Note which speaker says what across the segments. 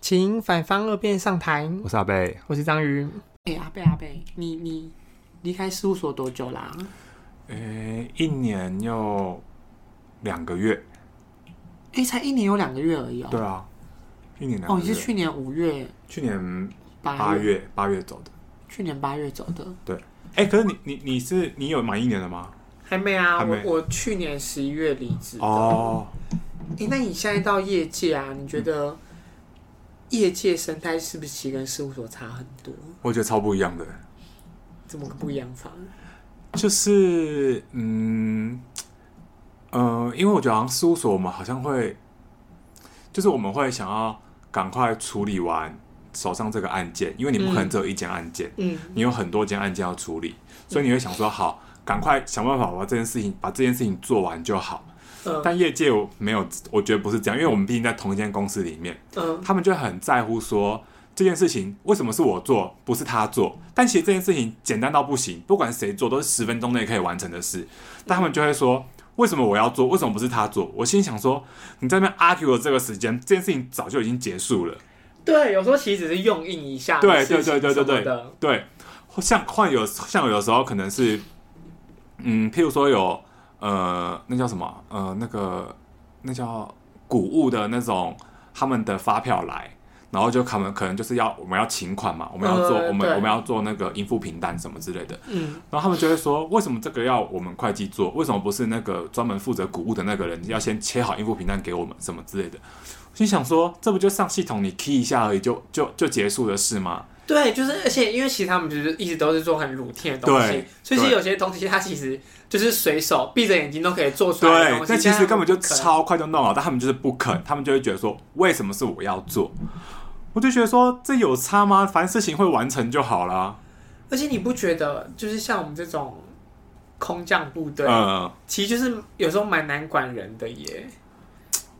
Speaker 1: 请反方二辩上台。
Speaker 2: 我是阿贝，
Speaker 1: 我是章鱼。哎、阿贝阿贝，你你离开事务所多久啦、
Speaker 2: 诶、一年又两个月，
Speaker 1: 哎、才一年有两个月而已哦、
Speaker 2: 对啊，一年两
Speaker 1: 哦，
Speaker 2: 个
Speaker 1: 你
Speaker 2: 月。
Speaker 1: 是去年五月
Speaker 2: 去年
Speaker 1: 八
Speaker 2: 八月八月走的，
Speaker 1: 去年八月走的。
Speaker 2: 哎、可是你你你是你有满一年了吗？
Speaker 1: 还没啊，
Speaker 2: 还没
Speaker 1: 我我去年十一月离职的。
Speaker 2: 哦，
Speaker 1: 诶哎那你现在到业界啊，你觉得
Speaker 2: 嗯
Speaker 1: 业界生态是不是其实跟事务所差很多？
Speaker 2: 我觉得超不一样的，
Speaker 1: 怎么个不一样法？
Speaker 2: 就是嗯呃，因为我觉得好像事务所我们好像会，就是我们会想要赶快处理完手上这个案件，因为你不可能只有一件案件，
Speaker 1: 嗯，
Speaker 2: 你有很多件案件要处理，所以你会想说好，赶快想办法把这件事情把这件事情做完就好。
Speaker 1: 呃，
Speaker 2: 但业界我没有，我觉得不是这样，因为我们毕竟在同一间公司里面，
Speaker 1: 嗯，
Speaker 2: 他们就很在乎说这件事情为什么是我做，不是他做。但其实这件事情简单到不行，不管谁做都是十分钟内可以完成的事，但他们就会说。为什么我要做？为什么不是他做？我心想说，你在那边 argue 的这个时间，这件事情早就已经结束了。
Speaker 1: 对，有时候其实只是用印一下，
Speaker 2: 对
Speaker 1: 是
Speaker 2: 对对对
Speaker 1: 什么
Speaker 2: 对
Speaker 1: 的，
Speaker 2: 对，或像换有像有的时候可能是，嗯，譬如说有呃，那叫什么呃，那个那叫谷物的那种他们的发票来，然后就他们可能就是要我们要请款嘛，我们要做、
Speaker 1: 呃
Speaker 2: 我们
Speaker 1: 对
Speaker 2: 我们要做那个应付凭单什么之类的，
Speaker 1: 嗯，
Speaker 2: 然后他们就会说，为什么这个要我们会计做？为什么不是那个专门负责谷物的那个人要先切好应付凭单给我们什么之类的？我心想说，这不就上系统你 key 一下而已，就就就结束的事吗？
Speaker 1: 对，就是而且因为其实他们就是一直都是做很 routine 的东西
Speaker 2: 对，
Speaker 1: 所以其实
Speaker 2: 对
Speaker 1: 有些东西它其实就是随手闭着眼睛都可以做出来的
Speaker 2: 对
Speaker 1: 东西，，
Speaker 2: 那其实根本就
Speaker 1: 但他们不肯
Speaker 2: 超快就弄了，但他们就是不肯，他们就会觉得说，为什么是我要做？我就觉得说，这有差吗？反正事情会完成就好啦。
Speaker 1: 而且你不觉得，就是像我们这种空降部队，
Speaker 2: 嗯，
Speaker 1: 其实就是有时候蛮难管人的耶。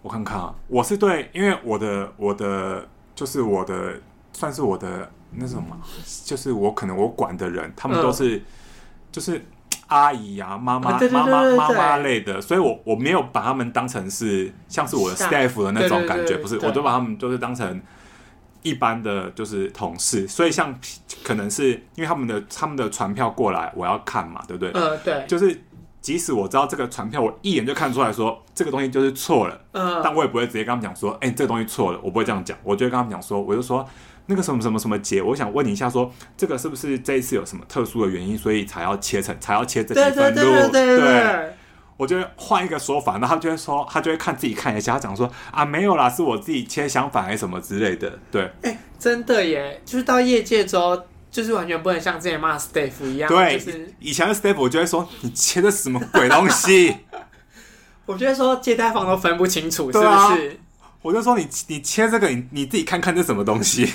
Speaker 2: 我看看啊，我是对，因为我的我的就是我的，算是我的那什么，就是我可能我管的人，他
Speaker 1: 嗯
Speaker 2: 们都是、就是阿姨啊、妈妈、
Speaker 1: 啊对对
Speaker 2: 妈
Speaker 1: 对
Speaker 2: 妈、
Speaker 1: 对对
Speaker 2: 妈妈类的，所以我我没有把他们当成是像是我的
Speaker 1: 像
Speaker 2: staff 的那
Speaker 1: 对
Speaker 2: 种
Speaker 1: 对对
Speaker 2: 感觉，
Speaker 1: 对
Speaker 2: 不是，
Speaker 1: 对
Speaker 2: 我都把他们就是当成。一般的就是同事，所以像可能是因为他们的他们的传票过来，我要看嘛，对不对？
Speaker 1: 呃，对，
Speaker 2: 就是即使我知道这个传票，我一眼就看出来说这个东西就是错了，
Speaker 1: 呃，
Speaker 2: 但我也不会直接跟他们讲说，哎、这个东西错了，我不会这样讲，我就会跟他们讲说，我就说那个什么什么什么姐，我想问你一下说这个是不是这一次有什么特殊的原因，所以才要切成，才要切这
Speaker 1: 对
Speaker 2: 几
Speaker 1: 对对
Speaker 2: 分
Speaker 1: 对
Speaker 2: 路？
Speaker 1: 对对，
Speaker 2: 我就会换一个说法，然后他就会说，他就会看自己看一下，他讲说啊，没有啦，是我自己切相反还是什么之类的，对
Speaker 1: 真的耶！就是到业界之后，就是完全不能像之前骂 staff 一样，
Speaker 2: 对。
Speaker 1: 就是
Speaker 2: 以前的 staff 我就会说你切的什么鬼东西，
Speaker 1: 我觉得说借贷方都分不清楚，是
Speaker 2: 对啊
Speaker 1: 不是？
Speaker 2: 我就说你你切这个你你自己看看这什么东西，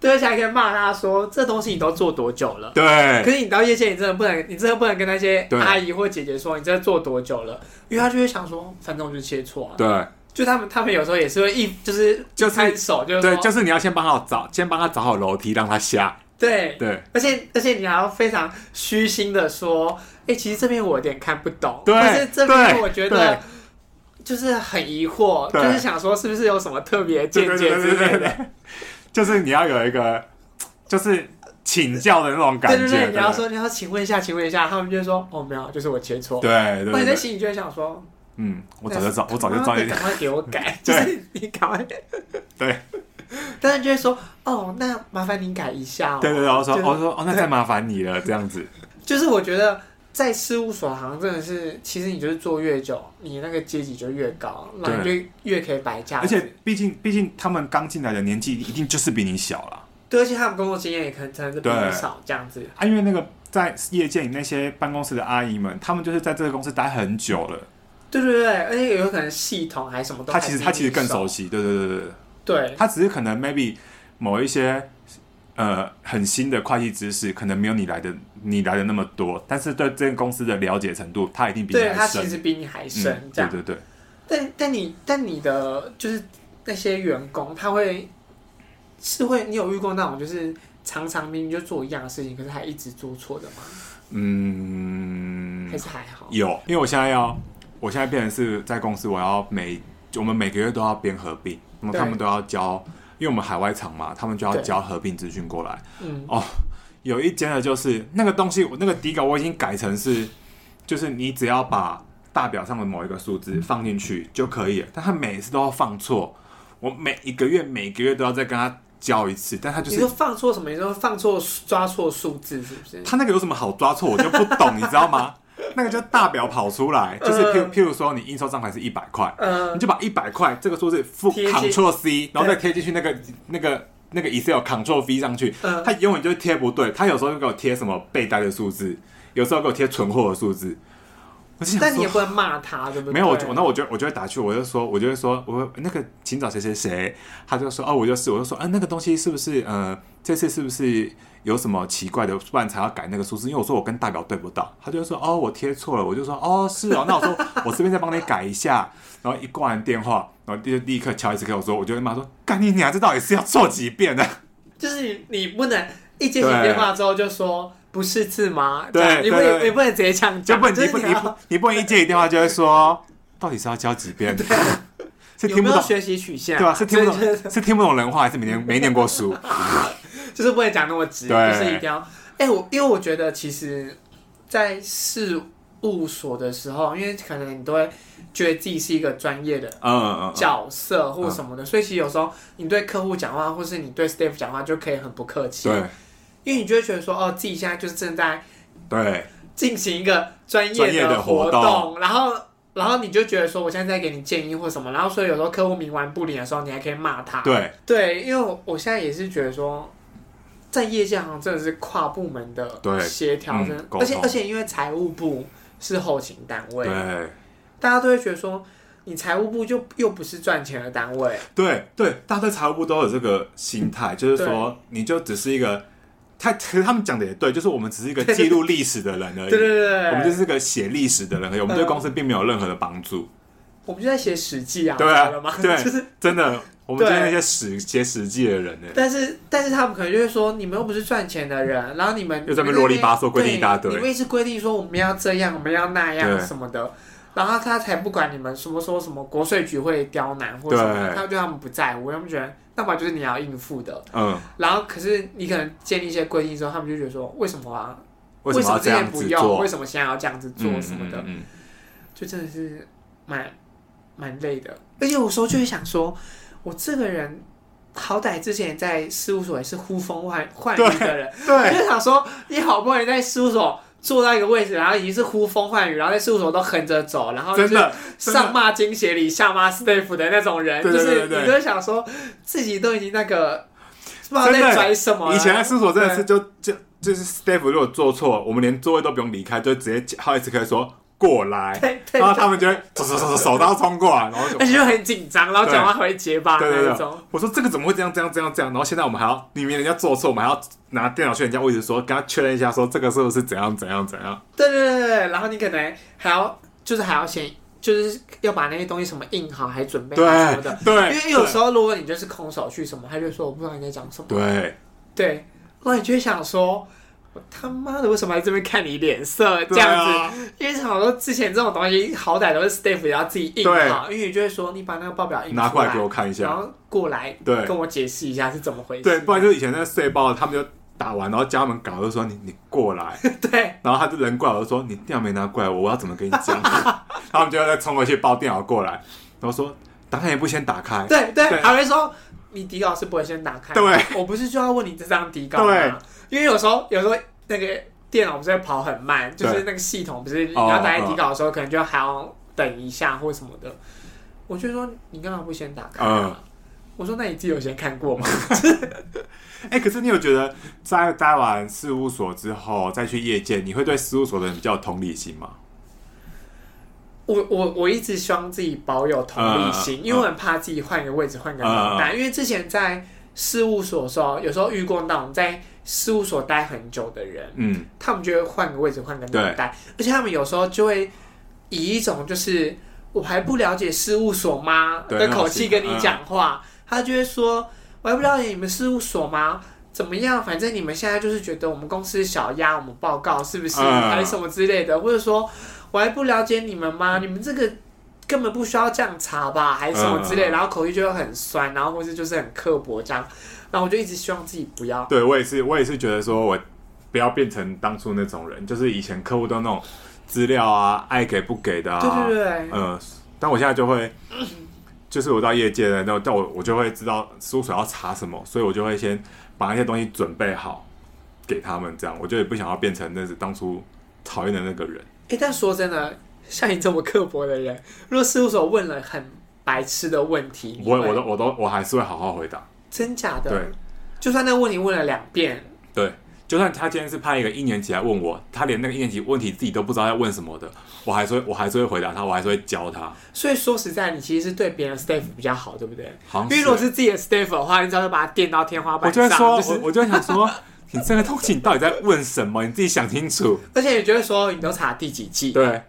Speaker 1: 对，而且还可以骂他说这东西你都做多久了。
Speaker 2: 对
Speaker 1: 可是你到业界，你真的不能，你真的不能跟那些
Speaker 2: 对
Speaker 1: 阿姨或姐姐说你这做多久了，因为他就会想说，反正我就切错啊。
Speaker 2: 对。
Speaker 1: 就他们，他们有时候也是会一就是
Speaker 2: 就是
Speaker 1: 摊手，就是
Speaker 2: 对，
Speaker 1: 说
Speaker 2: 就是你要先帮他找，先帮他找好楼梯，让他下。
Speaker 1: 对，
Speaker 2: 对
Speaker 1: 而且而且你还要非常虚心的说，哎、其实这边我有点看不懂，
Speaker 2: 对
Speaker 1: 但是这边
Speaker 2: 对
Speaker 1: 我觉得
Speaker 2: 对
Speaker 1: 就是很疑惑，
Speaker 2: 对
Speaker 1: 就是想说是不是有什么特别见解之类的，
Speaker 2: 就是你要有一个，就是请教的那种感
Speaker 1: 对
Speaker 2: 觉。
Speaker 1: 对对，你要说你要请问一下，请问一下，他们就说哦没有，就是我切错，
Speaker 2: 对
Speaker 1: 那你
Speaker 2: 对对
Speaker 1: 在啊
Speaker 2: 对，
Speaker 1: 心里就会想说，
Speaker 2: 嗯，我早就知道，我早就知
Speaker 1: 妈
Speaker 2: 道
Speaker 1: 的
Speaker 2: 一点
Speaker 1: 赶。快给我 改，就
Speaker 2: 对
Speaker 1: 是你赶快，
Speaker 2: 对，
Speaker 1: 但是就会说哦，那麻烦您改一下、哦，
Speaker 2: 对对对，我说
Speaker 1: 就是
Speaker 2: 我说哦，那太麻烦你了，这样子。
Speaker 1: 就是我觉得在事务所好像真的是，其实你就是做越久，你那个阶级就越高，然后你就越可以摆架
Speaker 2: 而
Speaker 1: 子。
Speaker 2: 且毕竟毕竟他们刚进来的年纪一定就是比你小了
Speaker 1: 对，而且他们工作经验也可能真的是比你
Speaker 2: 对
Speaker 1: 少这样子。
Speaker 2: 啊，因为那个在业界里那些办公室的阿姨们，他们就是在这个公司待很久了，
Speaker 1: 对对对，而且也有可能系统还什么都
Speaker 2: 他
Speaker 1: 还
Speaker 2: 其
Speaker 1: 比你
Speaker 2: 实
Speaker 1: 少。
Speaker 2: 他其实更熟悉。对对对对对。
Speaker 1: 对
Speaker 2: 他只是可能 maybe 某一些呃很新的会计知识，可能没有你来的你来的那么多，但是对这间公司的了解程度，他一定比你
Speaker 1: 对，他
Speaker 2: 还
Speaker 1: 其
Speaker 2: 深。
Speaker 1: 实比你还深、
Speaker 2: 嗯，
Speaker 1: 这
Speaker 2: 对
Speaker 1: 样。
Speaker 2: 对对，
Speaker 1: 但但你但你的就是那些员工，他会是会，你有遇过那种就是常常明明就做一样的事情，可是还一直做错的吗？
Speaker 2: 嗯
Speaker 1: 还，是还好？
Speaker 2: 有，因为我现在要，我现在变成是在公司，我要每我们每个月都要编合并，那么
Speaker 1: 对
Speaker 2: 他们都要交因为我们海外厂嘛，他们就要
Speaker 1: 对
Speaker 2: 交合并资讯过来。
Speaker 1: 嗯，
Speaker 2: 有一间的就是那个东西，我那个底稿我已经改成是，就是你只要把大表上的某一个数字放进去就可以了，但他每次都要放错，我每一个月每个月都要再跟他交一次，但他就
Speaker 1: 你
Speaker 2: 是
Speaker 1: 说放错什么？你说放错抓错数字是不 是？
Speaker 2: 他那个有什么好抓错，我就不懂，你知道吗？那个叫大表跑出来，就是譬
Speaker 1: 嗯
Speaker 2: 譬如说你应收账款是一百块，你
Speaker 1: 嗯，
Speaker 2: 就把一百块这个数字复
Speaker 1: 贴进
Speaker 2: Ctrl C，然后再贴进去那个那个那个 Excel Ctrl V 上去，
Speaker 1: 嗯
Speaker 2: 它永远就是贴不对。它有时候就给我贴什么被单的数字，有时候给我贴存货的数字。我就想
Speaker 1: 但你也
Speaker 2: 说，
Speaker 1: 不能骂他，对不对？
Speaker 2: 没有我就，那我就我就会打去，我就说，我就会说，我会那个请找谁谁谁，他就说哦，我就是，我就说，啊，那个东西是不是呃，这次是不是有什么奇怪的，不然才要改那个数字？因为我说我跟大表对不到，他就会说哦，我贴错了，我就说哦是哦，那我说我这边再帮你改一下，然后一挂完电话，然后就立刻敲一次给我说，我就会骂说，干你娘，这到底是要做几遍呢？
Speaker 1: 就是你你不能一接起电话之后就说不是字吗？
Speaker 2: 对
Speaker 1: 这样你不
Speaker 2: 对对
Speaker 1: 能
Speaker 2: 对
Speaker 1: 你不能直接呛
Speaker 2: 就
Speaker 1: 讲，
Speaker 2: 不能
Speaker 1: 就
Speaker 2: 你
Speaker 1: 是
Speaker 2: 不
Speaker 1: 你
Speaker 2: 你
Speaker 1: 要
Speaker 2: 不你不能一接你电话就会说，到底是要教几遍？是
Speaker 1: 有
Speaker 2: 听
Speaker 1: 没
Speaker 2: 不
Speaker 1: 有
Speaker 2: 懂。
Speaker 1: 学习取向？
Speaker 2: 对啊吧、是听不
Speaker 1: 所以就是
Speaker 2: 懂，是听不懂人话，还是没念没念过 书？
Speaker 1: 就是不能讲那么直，就
Speaker 2: 对
Speaker 1: 是一定要。哎、我因为我觉得其实，在事务所的时候，因为可能你都会觉得自己是一个专业的
Speaker 2: 嗯嗯嗯嗯，
Speaker 1: 角色或什么的，所以其实有时候你对客户讲话，或是你对 staff 讲话，就可以很不客气，
Speaker 2: 嗯对
Speaker 1: 因为你就会觉得说，哦，自己现在就是正在
Speaker 2: 对
Speaker 1: 进行一个专
Speaker 2: 专
Speaker 1: 业
Speaker 2: 业的
Speaker 1: 活
Speaker 2: 活动
Speaker 1: 然后。然后你就觉得说，我现在在给你建议或什么，然后所以有时候客户冥顽不灵的时候，你还可以骂他。
Speaker 2: 对，
Speaker 1: 对，因为我我现在也是觉得说，在业界好像真的是跨部门的
Speaker 2: 对
Speaker 1: 协调，
Speaker 2: 嗯
Speaker 1: 真的，
Speaker 2: 沟
Speaker 1: 而且
Speaker 2: 通
Speaker 1: 而且因为财务部是后勤单位，
Speaker 2: 对
Speaker 1: 大家都会觉得说，你财务部就又不是赚钱的单位，
Speaker 2: 对对，大家对财务部都有这个心态，就是说，你就只是一个，他其实他们讲的也对，就是我们只是一个
Speaker 1: 对
Speaker 2: 记录历史的人
Speaker 1: 对
Speaker 2: 而已，
Speaker 1: 对对对，
Speaker 2: 哎我们就是个写历史的人而已，我们对
Speaker 1: 嗯
Speaker 2: 公司并没有任何的帮助，
Speaker 1: 我们就在写史记啊，
Speaker 2: 对啊
Speaker 1: 你知道吗？
Speaker 2: 对
Speaker 1: 就是，
Speaker 2: 真的，我们就是
Speaker 1: 对
Speaker 2: 那些史写史记的人呢。欸
Speaker 1: 但是但是他们可能就会说，你们又不是赚钱的人，然后你们
Speaker 2: 又在那边啰里吧嗦规定一大堆
Speaker 1: 对你们一直规定说我们要这样，我们要那样
Speaker 2: 对
Speaker 1: 什么的。然后他才不管你们什么说什么国税局会刁难或什么，
Speaker 2: 对
Speaker 1: 他对他们不在乎，他们觉得那本来就是你要应付的。
Speaker 2: 嗯，
Speaker 1: 然后可是你可能建立一些规定之后，他们就觉得说为什么啊？
Speaker 2: 为
Speaker 1: 什
Speaker 2: 什么要
Speaker 1: 么
Speaker 2: 这
Speaker 1: 前
Speaker 2: 样
Speaker 1: 不
Speaker 2: 子
Speaker 1: 用？
Speaker 2: 做
Speaker 1: 为？什么现在要这样子做什么的？
Speaker 2: 嗯嗯嗯
Speaker 1: 就真的是蛮蛮累的。而且有时候就会想说，我这个人好歹之前也在事务所也是呼风唤唤雨的人，
Speaker 2: 嗯对，
Speaker 1: 就想说你好不容易在事务所坐到一个位置，然后已经是呼风唤雨，然后在事务所都横着走，然后就
Speaker 2: 真
Speaker 1: 是
Speaker 2: 的真的
Speaker 1: 上骂金协理，下骂 staff 的那种人，
Speaker 2: 对对对对
Speaker 1: 就是
Speaker 2: 对
Speaker 1: 你都会想说自己都已经那个不知道
Speaker 2: 真的
Speaker 1: 在拽什么了。
Speaker 2: 以前在厕所真的是
Speaker 1: 对
Speaker 2: 就就就是 staff 如果做错，我们连座位都不用离开，就直接好几次可以说过来，
Speaker 1: 对对
Speaker 2: 然后
Speaker 1: 对，
Speaker 2: 他们就会手手手手手刀冲过来，然后就
Speaker 1: 而且就很紧张，然后讲话还会结巴
Speaker 2: 对对
Speaker 1: 那
Speaker 2: 对
Speaker 1: 一种。
Speaker 2: 我说这个怎么会这样这样这样这样？然后现在我们还要明明人家做错，我们还要拿电脑去人家位置说跟他确认一下，说这个是不是怎样怎样怎样？
Speaker 1: 对对对对对，然后你可能还要就是还要先就是要把那些东西什么印好，还准备好什么
Speaker 2: 对
Speaker 1: 的。因
Speaker 2: 对，
Speaker 1: 为有时候如果你就是空手去什么，他就说我不知道你在讲什么。
Speaker 2: 对
Speaker 1: 啊对，啊然后你就会想说，我他妈的为什么来这边看你脸色这
Speaker 2: 对
Speaker 1: 样子？
Speaker 2: 啊
Speaker 1: 因为想说之前这种东西好歹都是 staff 也要自己印好，因为你就会说你把那个报表印
Speaker 2: 拿
Speaker 1: 出
Speaker 2: 过来给我看一
Speaker 1: 然
Speaker 2: 下，
Speaker 1: 后过来
Speaker 2: 对
Speaker 1: 跟我解释一下是怎么回事。
Speaker 2: 对，不然就是以前那碎爆，他们就打完，然后叫他们搞，就说你你过来。
Speaker 1: 对
Speaker 2: 然后他就人过来，我就说你电脑没拿过来，我要怎么跟你讲？ 他们就再冲过去抱电脑过来，然后说档案也不先打开，
Speaker 1: 对对，
Speaker 2: 对
Speaker 1: 还会说你底稿是不会先打开，
Speaker 2: 对，
Speaker 1: 我不是就要问你这张底稿吗？因为有时候有时候那个电脑不是会跑很慢，就
Speaker 2: 对
Speaker 1: 是那个系统不是你
Speaker 2: 哦
Speaker 1: 要打开底稿的时候，可能就还要等一下或什么的。我就说你干嘛不先打开
Speaker 2: 嗯
Speaker 1: 啊？我说那你自己有先看过吗？
Speaker 2: 哎、可是你有觉得在待完事务所之后再去业界，你会对事务所的人比较有同理心吗？
Speaker 1: 我我我一直希望自己保有同理心，
Speaker 2: 嗯嗯嗯
Speaker 1: 因为我很怕自己换个位置换个脑袋。因为之前在事务所的时候，有时候遇过那种在事务所待很久的人，
Speaker 2: 嗯，
Speaker 1: 他们就会换个位置，换个脑袋，而且他们有时候就会以一种就是我还不了解事务所吗
Speaker 2: 对嗯
Speaker 1: 的口气
Speaker 2: 那
Speaker 1: 跟
Speaker 2: 种心
Speaker 1: 你
Speaker 2: 态
Speaker 1: 讲话，他就会说我还不了解你们事务所吗？怎么样？反正你们现在就是觉得我们公司小压我们报告是不是，
Speaker 2: 嗯
Speaker 1: 还是什么之类的，或者说我还不了解你们吗？你们这个根本不需要这样查吧，还是什么之类，
Speaker 2: 嗯
Speaker 1: 然后口气就会很酸，然后或是就是很刻薄这样，然后我就一直希望自己不要。
Speaker 2: 对我也是，我也是觉得说我不要变成当初那种人，就是以前客户都那种资料啊，爱给不给的啊，
Speaker 1: 对对对，
Speaker 2: 呃，但我现在就 会，就是我到业界的那，但我我就会知道事务所要查什么，所以我就会先把那些东西准备好给他们，这样我就也不想要变成那是当初讨厌的那个人。
Speaker 1: 哎、但说真的，像你这么刻薄的人，如果事务所问了很白痴的问题，你
Speaker 2: 我
Speaker 1: 会
Speaker 2: 我都我都我还是会好好回答。
Speaker 1: 真假的，
Speaker 2: 对，
Speaker 1: 就算那个问题问了两遍，
Speaker 2: 对，就算他今天是派一个一年级来问我，他连那个一年级问题自己都不知道要问什么的，我还是会我还是会回答他，我还是会教他。
Speaker 1: 所以说实在，你其实是对别人的 staff 比较好，对不对？
Speaker 2: 好
Speaker 1: 因
Speaker 2: 像
Speaker 1: 为如果
Speaker 2: 是，
Speaker 1: 是自己的 staff 的话，你只要把它电到天花
Speaker 2: 我
Speaker 1: 板
Speaker 2: 就
Speaker 1: 上，
Speaker 2: 会说，
Speaker 1: 是
Speaker 2: 我我就会想说，你这个东西你到底在问什么？你自己想清楚。
Speaker 1: 而且你就会说你都查第几季，
Speaker 2: 对，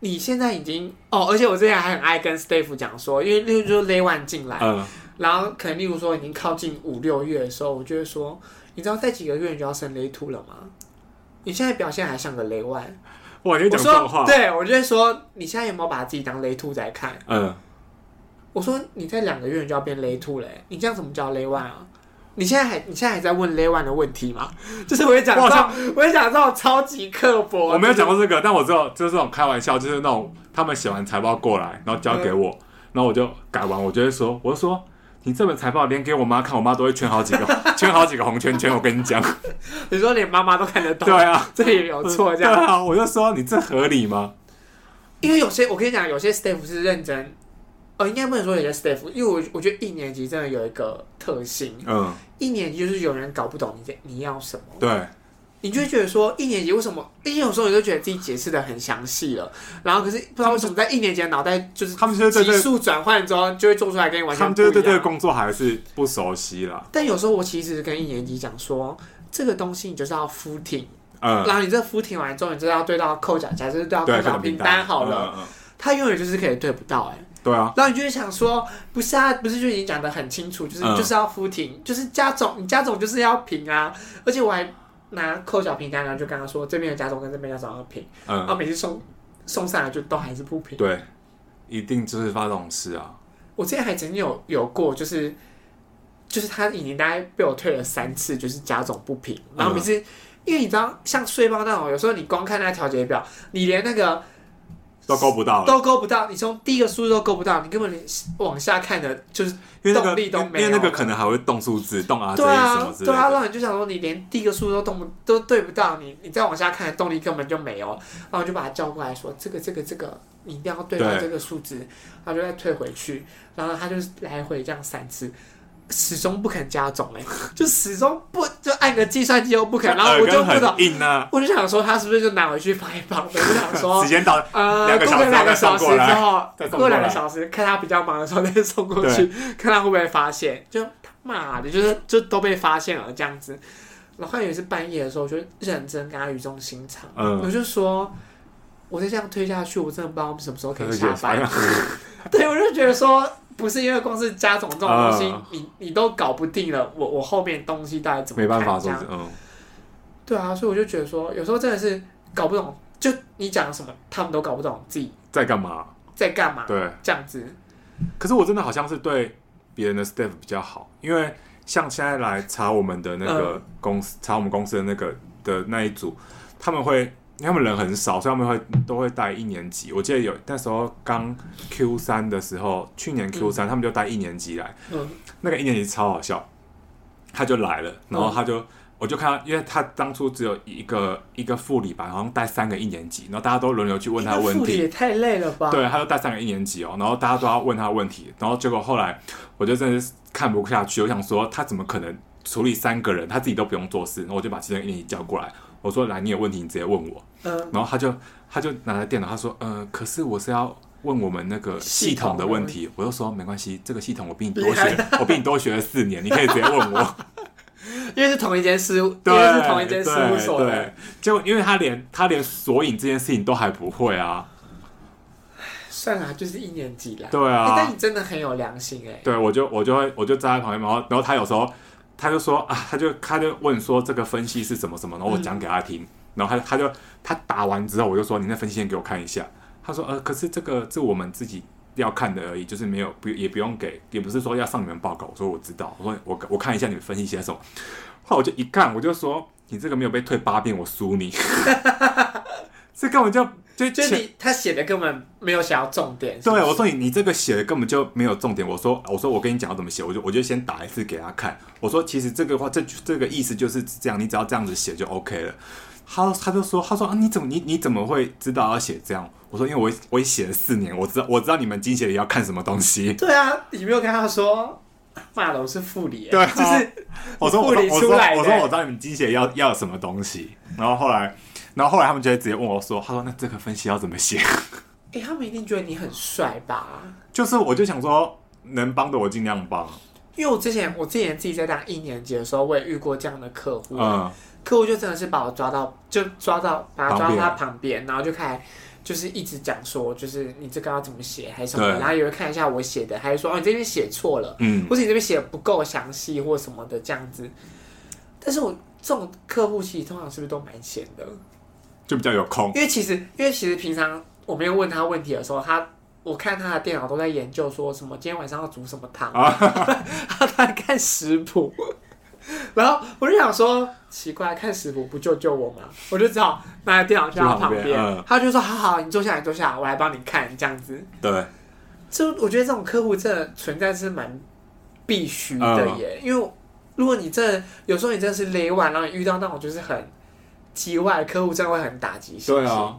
Speaker 1: 你现在已经哦，而且我之前还很爱跟 staff 讲说，因为例如说 lay one 进来，
Speaker 2: 嗯，
Speaker 1: 然后可能例如说已经靠近五六月的时候，我就会说，你知道在几个月你就要升 lay two 了吗？你现在表现还像个 lay one，
Speaker 2: 哇，你会
Speaker 1: 我
Speaker 2: 讲这种
Speaker 1: 说
Speaker 2: 话，
Speaker 1: 对，我就会说你现在有没有把自己当 lay two 在看？
Speaker 2: 嗯，
Speaker 1: 我说你在两个月你就要变 lay two 嘞、你这样怎么叫 lay one 啊？你现在还你现在还在问 lay one 的问题吗？ 就是我也讲
Speaker 2: 我好
Speaker 1: 到，我也讲到超级刻薄，
Speaker 2: 我没有
Speaker 1: 就是
Speaker 2: 讲过这个，但我知道就是这种开玩笑，就是那种他们写完财报过来，然后交给
Speaker 1: 嗯
Speaker 2: 我，然后我就改完，我就会说，我就说。你这本财报连给我妈看，我妈都会圈好几 个，圈好几个红圈圈。我跟你讲，
Speaker 1: 你说连妈妈都看得懂，
Speaker 2: 对啊，
Speaker 1: 这也有错这
Speaker 2: 对
Speaker 1: 样。
Speaker 2: 啊，我就说你这合理吗？
Speaker 1: 因为有些我跟你讲，有些 staff 是认真，呃，应该不能说有些 staff，因为我我觉得一年级真的有一个特性，
Speaker 2: 嗯，
Speaker 1: 一年级就是有人搞不懂你在你要什么，
Speaker 2: 对，
Speaker 1: 你就会觉得说一年级为什么？因为有时候你就觉得自己解释的很详细了，然后可是不知道为什么在一年级的脑袋就是
Speaker 2: 他们就是对
Speaker 1: 急
Speaker 2: 这个，
Speaker 1: 速转换之后，就会做出来跟你完
Speaker 2: 他
Speaker 1: 全
Speaker 2: 们
Speaker 1: 不
Speaker 2: 就是对
Speaker 1: 一
Speaker 2: 这个
Speaker 1: 样。
Speaker 2: 工作还是不熟悉啦。
Speaker 1: 但有时候我其实跟一年级讲说，这个东西你就是要敷挺，
Speaker 2: 嗯，
Speaker 1: 然后你这敷挺完之后，你就要对到扣奖，假设是对到扣
Speaker 2: 对，可
Speaker 1: 奖
Speaker 2: 能
Speaker 1: 凭
Speaker 2: 名
Speaker 1: 单好了，，
Speaker 2: 嗯嗯
Speaker 1: 他永远就是可以对不到哎、
Speaker 2: 嗯对啊，
Speaker 1: 然后你就会想说，不是啊，不是就已经讲得很清楚，就是、
Speaker 2: 嗯
Speaker 1: 就是要敷挺，就是加总，你加总就是要平啊。而且我还拿扣小平单，然后就跟他说这边的加总跟这边的加总要平，然后
Speaker 2: 嗯，
Speaker 1: 每次送送上来就都还是不平。
Speaker 2: 对，一定就是发这种事啊。
Speaker 1: 我之前还曾经有有过，就是就是他已经大概被我退了三次，就是加总不平，然后每次、因为你知道，像税报那种，有时候你光看那调节表，你连那个
Speaker 2: 都够不到了，
Speaker 1: 都勾不到，你从第一个数字都勾不到，你根本连往下看的，就是
Speaker 2: 因为那
Speaker 1: 动
Speaker 2: 个，
Speaker 1: 力
Speaker 2: 因
Speaker 1: 都
Speaker 2: 为
Speaker 1: 没有
Speaker 2: 因为那个可能还会动数字，动啊这
Speaker 1: 对
Speaker 2: 什么
Speaker 1: 啊，
Speaker 2: 之类
Speaker 1: 对啊，
Speaker 2: 的。
Speaker 1: 让你就想说你连第一个数字都动不都对不到，你你再往下看的动力根本就没有，然后我就把他叫过来说这个这个这个你一定要对到
Speaker 2: 对
Speaker 1: 这个数字，然后就再退回去，然后他就是来回这样三次。始终不肯加总哎、 就始终不就按个计算机又不肯，然后我就不
Speaker 2: 耳根
Speaker 1: 懂，
Speaker 2: 很硬啊，
Speaker 1: 我就想说他是不是就拿回去放一放，我就想说
Speaker 2: 时间到，
Speaker 1: 呃，
Speaker 2: 两个
Speaker 1: 过
Speaker 2: 小时
Speaker 1: 了两个小时之
Speaker 2: 再
Speaker 1: 后
Speaker 2: 再，送
Speaker 1: 过
Speaker 2: 过来
Speaker 1: 两个小时看他比较忙的时候再送过去，看他会不会发现，就他妈的，就是就都被发现了这样子。然后也是半夜的时候，我就认真跟他语重心长，
Speaker 2: 嗯
Speaker 1: 我就说，我再这样推下去，我真的不知道我们什么时候可以下
Speaker 2: 可以
Speaker 1: 班。 对，我就觉得说，不是因为光是加总这种东西，
Speaker 2: 嗯
Speaker 1: 你你都搞不定了，我我后面东西到底怎么
Speaker 2: 没办
Speaker 1: 看
Speaker 2: 法
Speaker 1: 这
Speaker 2: 说
Speaker 1: 样
Speaker 2: 是，嗯，
Speaker 1: 对啊，所以我就觉得说，有时候真的是搞不懂，就你讲什么，他们都搞不懂自己。
Speaker 2: 在干嘛？
Speaker 1: 在干嘛？
Speaker 2: 对，
Speaker 1: 这样子，
Speaker 2: 可是我真的好像是对别人的 staff 比较好，因为像现在来查我们的那个公司，查我们公司的那个的那一组，他们会，因为他们人很少，所以他们会都会带一年级。我记得有那时候刚 Q 三的时候，去年 Q 三、他们就带一年级来，
Speaker 1: 嗯
Speaker 2: 那个一年级超好笑，他就来了，然后他就。我就看到，因为他当初只有一个一个副理吧，好像带三个一年级，然后大家都轮流去问他问
Speaker 1: 副
Speaker 2: 题
Speaker 1: 理。也太累了吧？，
Speaker 2: 对，他就带上个一年级哦，然后大家都要问他问题，然后结果后来我就真的是看不下去，我想说他怎么可能处理三个人，他自己都不用做事，然后我就把其中一年级叫过来，我说来，你有问题你直接问我，
Speaker 1: 嗯，
Speaker 2: 然后他就他就拿着电脑，他说呃，可是我是要。问我们那个系
Speaker 1: 系
Speaker 2: 统
Speaker 1: 统
Speaker 2: 的
Speaker 1: 的
Speaker 2: 问
Speaker 1: 问
Speaker 2: 题，我就说没关系，这个系统我比你
Speaker 1: 厉
Speaker 2: 多
Speaker 1: 害
Speaker 2: 学，我比你多学了四年，你可以直接问我。
Speaker 1: 因为是同一间事务， 因
Speaker 2: 对，
Speaker 1: 为是同一间事务所
Speaker 2: 对，
Speaker 1: 的
Speaker 2: 对，就因为他连他连索引这件事情都还不会啊，
Speaker 1: 算了，就是一年级啦。
Speaker 2: 对啊。
Speaker 1: 欸但你真的很有良心哎、
Speaker 2: 对，我就我就会我就站在旁边，然后然后他有时候他就说啊，他就他就问说这个分析
Speaker 1: 嗯
Speaker 2: 是什么什么，然后我讲给他听，然后他他就他打完之后，我就说你那分析先给我看一下，他说：“呃，可是这个是我们自己要看的而已，就是没有不也不用给，也不是说要上你们报告。”我说：“我知道。”我说我：“我我看一下你们分析些什么。”后来我就一看，我就说：“你这个没有被退八遍，我 输你。” 这根本就就
Speaker 1: 就
Speaker 2: 前
Speaker 1: 你他写的根本没有想要重点，
Speaker 2: 对，我
Speaker 1: 我
Speaker 2: 说你你这个写的根本就没有重点。我说我说我跟你讲要怎么写，我就我就先打一次给他看。我说其实这个话这这个意思就是这样，你只要这样子写就 OK 了。他他就说他说啊你怎么你你怎么会知道要写这样？我说因为我我也写了四年，我知道我知道你们金协理要看什么东西。
Speaker 1: 对啊，你没有跟他说骂的我是副理、欸，
Speaker 2: 对啊
Speaker 1: 就是
Speaker 2: 我说我
Speaker 1: 护
Speaker 2: 说
Speaker 1: 理
Speaker 2: 我
Speaker 1: 出
Speaker 2: 说
Speaker 1: 来的
Speaker 2: 我说我知道你们金协理要要什么东西。然后后来然后后来他们就会直接问我说，他说那这个分析要怎么写？
Speaker 1: 哎、他们一定觉得你很帅吧？
Speaker 2: 就是我就想说能帮的我尽量帮，
Speaker 1: 因为我之前我之前自己在当一年级的时候，我也遇过这样的客户，
Speaker 2: 嗯
Speaker 1: 客户就真的是把我抓到，就抓到把他
Speaker 2: 旁
Speaker 1: 抓到
Speaker 2: 边
Speaker 1: 他旁边，然后就开始就是一直讲说，就是你这个要怎么写还是什么的，
Speaker 2: 对
Speaker 1: 然后也会看一下我写的，还是说哦你这边写错了，
Speaker 2: 嗯。
Speaker 1: 或是你这边写的不够详细或什么的这样子。但是我这种客户其实通常是不是都蛮闲的？
Speaker 2: 就比较有空，
Speaker 1: 因为其实因为其实平常我没有问他问题的时候，他。我看他的电脑都在研究说什么今天晚上要煮什么汤，
Speaker 2: 啊
Speaker 1: 他在看食谱，然后我就想说奇怪，看食谱不救救我吗？我就只好拿着电脑在他旁
Speaker 2: 去
Speaker 1: 边，
Speaker 2: 旁边嗯
Speaker 1: 他就说好好，你坐下来，你坐下来，我来帮你看这样子。
Speaker 2: 对，
Speaker 1: 就我觉得这种客户真的存在是蛮必须
Speaker 2: 嗯
Speaker 1: 的耶，因为如果你真的有时候你真的是累完，然后你遇到那种就是很叽外的客户，真的会很打击信心。
Speaker 2: 对啊，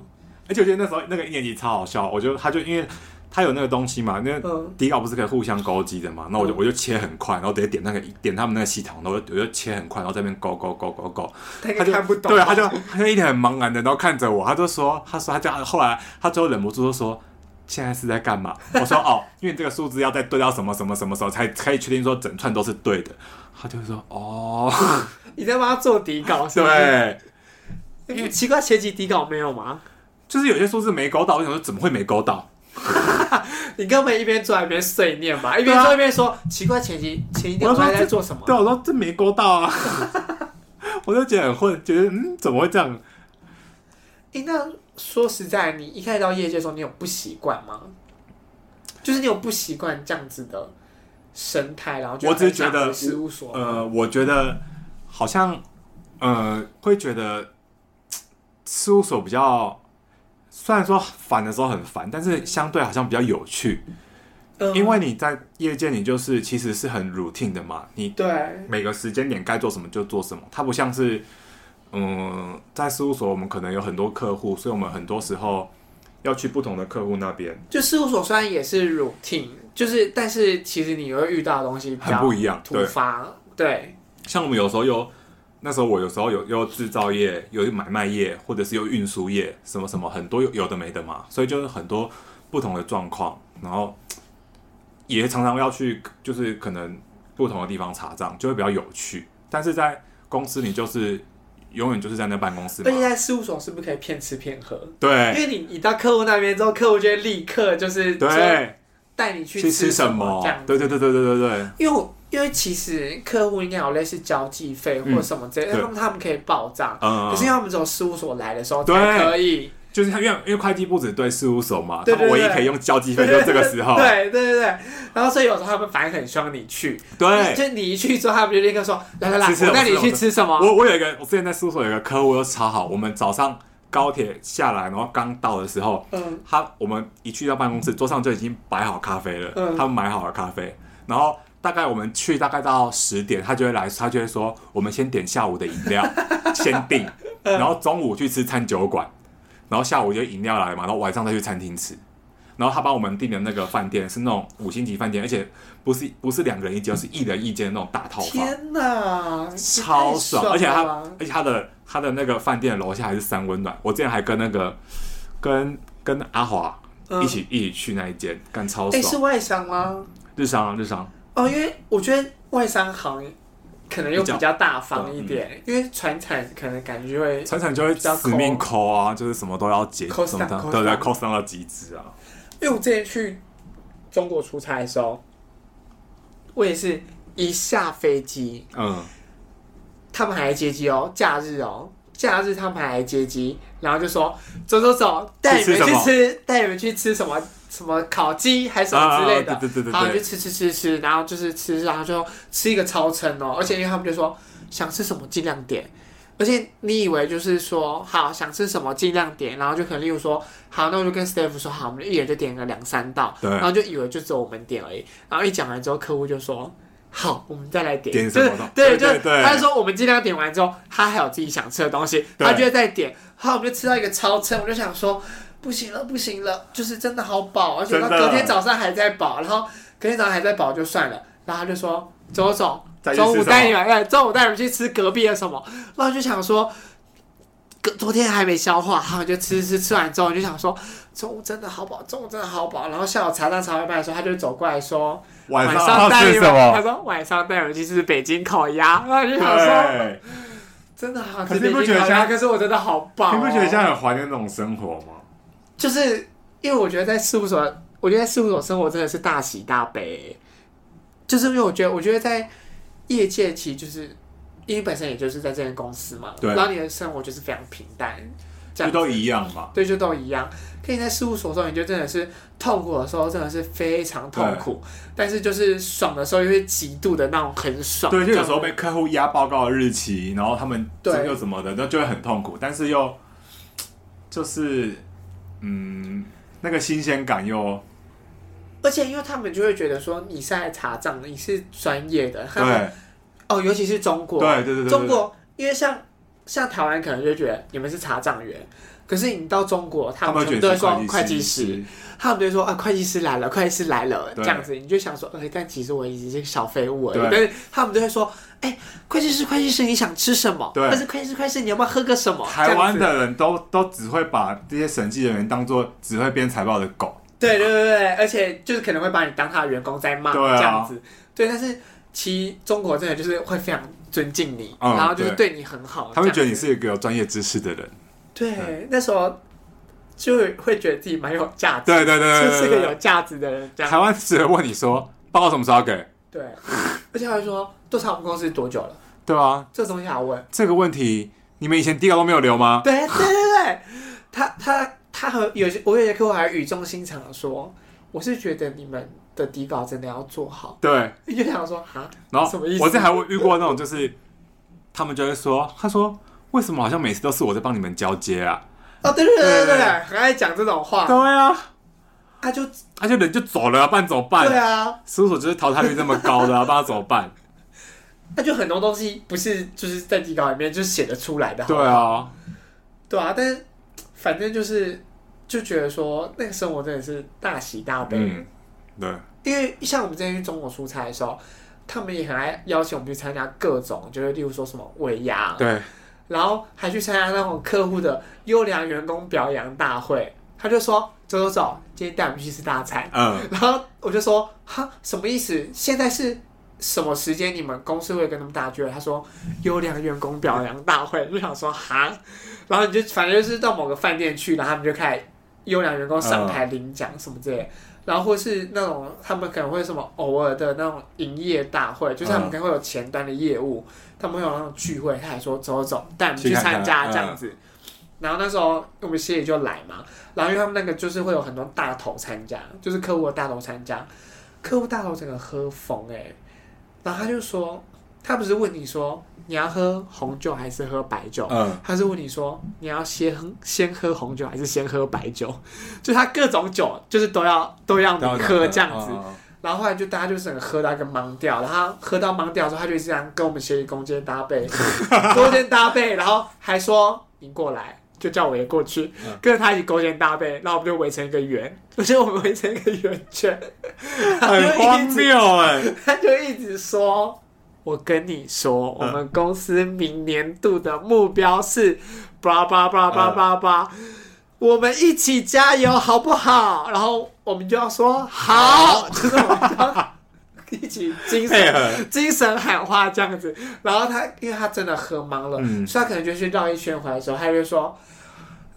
Speaker 2: 而且我觉得那时候那个一年级超好笑，我觉得他就因为他有那个东西嘛，那个
Speaker 1: 嗯
Speaker 2: 底稿不是可以互相勾机的嘛，那我就
Speaker 1: 嗯
Speaker 2: 我就切很快，然后直接点那个点他们那个系统，然后我就我就切很快，然后在那边勾勾勾勾勾，
Speaker 1: 他应
Speaker 2: 他
Speaker 1: 该
Speaker 2: 就
Speaker 1: 看不懂，啊
Speaker 2: 对，啊他就他就一脸很茫然的，然后看着我，他就说他说他就后来他最后忍不住就说。现在是在干嘛？我说哦，因为这个数字要再对到什么什么什么时候才可以确定说整串都是对的。他就说哦，
Speaker 1: 你在帮他做底稿是不是？
Speaker 2: 对，
Speaker 1: 因为奇怪，前期底稿没有吗？
Speaker 2: 就是有些数字没勾到，我想说怎么会没勾到？
Speaker 1: 你根本一边做一边碎念吧，一
Speaker 2: 对
Speaker 1: 边
Speaker 2: 啊
Speaker 1: 做一边说、奇怪，前期前一天
Speaker 2: 我
Speaker 1: 我
Speaker 2: 说
Speaker 1: 还在
Speaker 2: 这
Speaker 1: 做什么？
Speaker 2: 对，啊我说这没勾到啊， 我就觉得很混，觉得嗯怎么会这样？
Speaker 1: 诶，那说实在，你一开始到业界的时候，你有不习惯吗？就是你有不习惯这样子的生态，然后就
Speaker 2: 我只是
Speaker 1: 很想
Speaker 2: 觉得
Speaker 1: 回事务所，
Speaker 2: 呃，我觉得好像呃会觉得嘖事务所比较，虽然说烦的时候很烦，但是相对好像比较有趣，
Speaker 1: 嗯
Speaker 2: 因为你在业界你就是其实是很 routine 的嘛，你
Speaker 1: 对，
Speaker 2: 每个时间点该做什么就做什么，它不像是，嗯，在事务所我们可能有很多客户，所以我们很多时候要去不同的客户那边，
Speaker 1: 就事务所虽然也是 routine，就是但是其实你会遇到的东西比
Speaker 2: 很
Speaker 1: 较
Speaker 2: 不一样。
Speaker 1: 突
Speaker 2: 对，
Speaker 1: 发，对，
Speaker 2: 像我们有时候有，那时候我有时候有有制造业，有买卖业，或者是有运输业，什么什么很多有有的没的嘛，所以就是很多不同的状况，然后也常常要去就是可能不同的地方查账，就会比较有趣。但是在公司你就是永远就是在那办公室嘛
Speaker 1: 而且。在事务所是不是可以骗吃骗喝？因
Speaker 2: 对，
Speaker 1: 为你你到客户那边之后，客户就会立刻就是说
Speaker 2: 对，
Speaker 1: 带你去
Speaker 2: 去吃
Speaker 1: 什
Speaker 2: 什么
Speaker 1: 这样？子
Speaker 2: 对对对对对对对，
Speaker 1: 因为我因为其实客户应该有类似交际费或什么之类的，
Speaker 2: 嗯对
Speaker 1: 他们他们可以报账，
Speaker 2: 嗯
Speaker 1: 可是因为他们只有事务所来的时候
Speaker 2: 对
Speaker 1: 才可以，
Speaker 2: 就是他因为因为会计不只对事务所嘛，
Speaker 1: 对
Speaker 2: 他
Speaker 1: 对
Speaker 2: 们唯一
Speaker 1: 对
Speaker 2: 可以用交际
Speaker 1: 对
Speaker 2: 费就这个时候，
Speaker 1: 对对对对，然后所以有时候他们反而很希望你去，
Speaker 2: 对
Speaker 1: 就你一去之后，他们就立刻说来来来，
Speaker 2: 吃什么
Speaker 1: 我带你去吃什么，
Speaker 2: 我我有一个，我之前在事务所有一个客户都超好，我们早上高铁下来，然后刚到的时候，
Speaker 1: 嗯，
Speaker 2: 他我们一去到办公室，桌上就已经摆好咖啡了，
Speaker 1: 嗯
Speaker 2: 他们买好了咖啡，然后。大概我们去大概到十点，他就会来，他就会说我们先点下午的饮 料，先订，
Speaker 1: 嗯
Speaker 2: 然后中午去吃餐酒馆，然后下午就饮料来嘛，然后晚上再去餐厅吃。然后他帮我们订的那个饭店是那种五星级饭店，而且不是不是两个人一间，是一人一间的那种大套房。
Speaker 1: 天哪，
Speaker 2: 超爽，而且
Speaker 1: 他
Speaker 2: 它而且它的它的那个饭店楼下还是三温暖，我之前还跟那个跟跟阿华一起、一起去那一间，干超
Speaker 1: 哎嗯是
Speaker 2: 爽，
Speaker 1: 外商吗？
Speaker 2: 日商啊日商，
Speaker 1: 哦，因为我觉得外商行可能又比较大
Speaker 2: 嗯
Speaker 1: 方一点，因为传产可能感觉会
Speaker 2: 常常就会
Speaker 1: 比较抠
Speaker 2: 死命抠啊，就是什么都要解，
Speaker 1: 抠
Speaker 2: 什么
Speaker 1: 上
Speaker 2: 的
Speaker 1: 抠
Speaker 2: 对对，
Speaker 1: 上
Speaker 2: 抠上到极致啊，
Speaker 1: 因为我之前去中国出差的时候，我也是一下飞机，
Speaker 2: 嗯，
Speaker 1: 他们还接机哦，假日哦，假日他们来接机，然后就说走走走，带你们去
Speaker 2: 去吃
Speaker 1: 吃，带你们去吃什么什么烤鸡还是什么
Speaker 2: 啊，
Speaker 1: 之类的。
Speaker 2: 对对对
Speaker 1: 然后就
Speaker 2: 对
Speaker 1: 吃吃吃吃，然后就是吃，然后就吃一个超撑哦。而且因为他们就说想吃什么尽量点，而且你以为就是说好想吃什么尽量点，然后就可能例如说好，那我就跟 staff 说好，我们一人就点个两三道，
Speaker 2: 对
Speaker 1: 然后就以为就只有我们点而已。然后一讲完之后，客户就说好，我们再来点，
Speaker 2: 点
Speaker 1: 就
Speaker 2: 什
Speaker 1: 是
Speaker 2: 么的，
Speaker 1: 对，就
Speaker 2: 对
Speaker 1: 是
Speaker 2: 对，
Speaker 1: 他就说我们尽量点完之后，他还有自己想吃的东西，
Speaker 2: 对
Speaker 1: 他就会再点。好，我们就吃到一个超撑，我就想说不行了，不行了，就是真的好饱，而且
Speaker 2: 真
Speaker 1: 到
Speaker 2: 的
Speaker 1: 隔天早上还在饱，然后隔天早上还在饱就算了，然后他就说走走
Speaker 2: 再
Speaker 1: 走，
Speaker 2: 去吃
Speaker 1: 中午
Speaker 2: 什么
Speaker 1: 带你们，哎，中午带你们去吃隔壁的什么，然后就想说。隔昨天还没消化，然后就吃吃吃完之后，我就想说中午真的好饱，中午真的好饱。然后下午茶上茶外饭的时候，他就走过来说：“
Speaker 2: 晚
Speaker 1: 晚
Speaker 2: 上
Speaker 1: 带
Speaker 2: 吃
Speaker 1: 你
Speaker 2: 什
Speaker 1: 们，他
Speaker 2: 么？
Speaker 1: 说晚上带你们去吃北京烤鸭，然后就想说
Speaker 2: 对，
Speaker 1: 真的好吃
Speaker 2: 可是
Speaker 1: 北
Speaker 2: 你不
Speaker 1: 京
Speaker 2: 觉得
Speaker 1: 烤鸭，
Speaker 2: 像
Speaker 1: 可是我真的好哦棒、
Speaker 2: 你不觉得现？在很怀念那种生活吗？
Speaker 1: 就是因为我觉得在事务所，我觉得在事务所生活真的是大喜大悲，就是因为我觉得，我觉得在业界其实就是因为本身也就是在这间公司嘛，
Speaker 2: 对
Speaker 1: 然后你的生活就是非常平淡，这
Speaker 2: 就
Speaker 1: 样
Speaker 2: 都一样嘛。
Speaker 1: 对，就都一样。可以在事务所的时候，你就真的是痛苦的时候，真的是非常痛苦；但是就是爽的时候，又是极度的那种很爽。
Speaker 2: 对，就有时
Speaker 1: 这
Speaker 2: 候
Speaker 1: 样
Speaker 2: 被客户压报告的日期，然后他们
Speaker 1: 对
Speaker 2: 又什么的，那就会很痛苦，但是又就是嗯，那个新鲜感又
Speaker 1: 而且因为他们就会觉得说你是在查账的，你是专业的。他们
Speaker 2: 对
Speaker 1: 哦，尤其是中国，
Speaker 2: 对对对对，
Speaker 1: 中国因为像像台湾可能就觉得你们是查账员，可是你到中国，
Speaker 2: 他
Speaker 1: 他
Speaker 2: 们
Speaker 1: 们
Speaker 2: 会
Speaker 1: 全
Speaker 2: 觉
Speaker 1: 部都
Speaker 2: 得
Speaker 1: 会
Speaker 2: 是
Speaker 1: 说
Speaker 2: 会
Speaker 1: 会
Speaker 2: 计
Speaker 1: 计
Speaker 2: 师
Speaker 1: 师，，他们就会说啊会计师来了，会计师来了
Speaker 2: 对
Speaker 1: 这样子，你就想说，哎，但其实我已经是个小废物而已
Speaker 2: 对。
Speaker 1: 但是他们都会说，哎，会计师会计师你想吃什么？
Speaker 2: 对
Speaker 1: 但是会计师会计师你要不要喝个什么？
Speaker 2: 台湾
Speaker 1: 这样子
Speaker 2: 的人都都只会把这些审计人员当做只会编财报的狗，
Speaker 1: 对对对对，而且就是可能会把你当他的员工在骂、
Speaker 2: 对啊
Speaker 1: 这样子。对，但是其实中国真的就是会非常尊敬你，
Speaker 2: 嗯
Speaker 1: 然后就是对你很好。
Speaker 2: 他会
Speaker 1: 这
Speaker 2: 觉
Speaker 1: 样
Speaker 2: 得你
Speaker 1: 子
Speaker 2: 是一个有专业知识的人。嗯
Speaker 1: 对那时候就会觉得自己蛮有价值，
Speaker 2: 对对对
Speaker 1: 就是
Speaker 2: 对
Speaker 1: 个
Speaker 2: 对
Speaker 1: 有价值的人这
Speaker 2: 台
Speaker 1: 样。
Speaker 2: 湾只会问你说报告什么时候要给，
Speaker 1: 对，而且还会说多少我们公司多久了，
Speaker 2: 对啊，
Speaker 1: 这东西还要问。
Speaker 2: 这个问题你们以前第一个都没有留吗？
Speaker 1: 对对对对，他他他和有些我有些客户还语重心长的说，我是觉得你们的底稿真的要做好。
Speaker 2: 对，
Speaker 1: 你就想说啊，
Speaker 2: 然后
Speaker 1: 什么意思
Speaker 2: 我这还遇过那种，就是 他们就会说，他说为什么好像每次都是我在帮你们交接啊？
Speaker 1: 哦，对对对对
Speaker 2: 对对
Speaker 1: 对，
Speaker 2: 对
Speaker 1: 很爱讲这种话
Speaker 2: 对，啊，
Speaker 1: 他就
Speaker 2: 而且人就走了、啊，不然怎么
Speaker 1: 对
Speaker 2: 办？
Speaker 1: 啊，
Speaker 2: 事务所就是淘汰率这么高的、啊，不然怎么 办？
Speaker 1: 他就很多东西不是就是在底稿里面就写得出来的，
Speaker 2: 对，啊，
Speaker 1: 对啊，但是反正就是就觉得说那个生活真的是大喜大悲，
Speaker 2: 嗯，对，
Speaker 1: 因为像我们之前去中国出差的时候，他们也很爱邀请我们去参加各种，就是例如说什么尾牙，
Speaker 2: 对，
Speaker 1: 然后还去参加那种客户的优良员工表扬大会，他就说走走走，今天带我们去吃大餐。
Speaker 2: 嗯，
Speaker 1: 然后我就说哈，什么意思？现在是什么时间？你们公司会跟他们大聚会？他说优良员工表扬大会。 我就想说哈，然后你就反正就是到某个饭店去，然后他们就开始优良员工上台领奖什么之类的。然后或是那种他们可能会什么偶尔的那种营业大会，就是他们
Speaker 2: 嗯
Speaker 1: 可能会有前端的业务，他们会有那种聚会，他还说走走走，带我们
Speaker 2: 去
Speaker 1: 去
Speaker 2: 看看
Speaker 1: 参加这样
Speaker 2: 嗯
Speaker 1: 子。然后那时候我们协理就来嘛，然后因为他们那个就是会有很多大头参加，就是客户的大头参加，客户大头整个喝疯哎、然后他就说，他不是问你说你要喝红酒还是喝白酒，
Speaker 2: 嗯，
Speaker 1: 他是问你说你要先喝先喝红酒还是先喝白酒，就他各种酒就是都要都要
Speaker 2: 啊
Speaker 1: 你喝这样子，
Speaker 2: 嗯
Speaker 1: 然后后来就大家就整个喝到一个懵掉，然后他喝到懵掉的时候，他就一直这样跟我们协理攻坚搭 背，勾肩搭背，然后还说你过来，就叫我也过去
Speaker 2: 嗯，
Speaker 1: 跟着他一起勾肩搭背，然后我们就围成一个圆， 我觉得我们围成一个圆圈，
Speaker 2: 很荒谬哎、
Speaker 1: 他就一直说。我跟你说，我
Speaker 2: 嗯
Speaker 1: 们公司明年度的目标是，叭叭叭叭
Speaker 2: 嗯
Speaker 1: 叭叭，我们一起加油，好不好？然后我们就要说好， 就是我们就要一起精神
Speaker 2: 配合，
Speaker 1: 精神喊话这样子。然后他，因为他真的喝懵了，
Speaker 2: 嗯
Speaker 1: 所以他可能就去绕一圈回来的时候，他就会说：“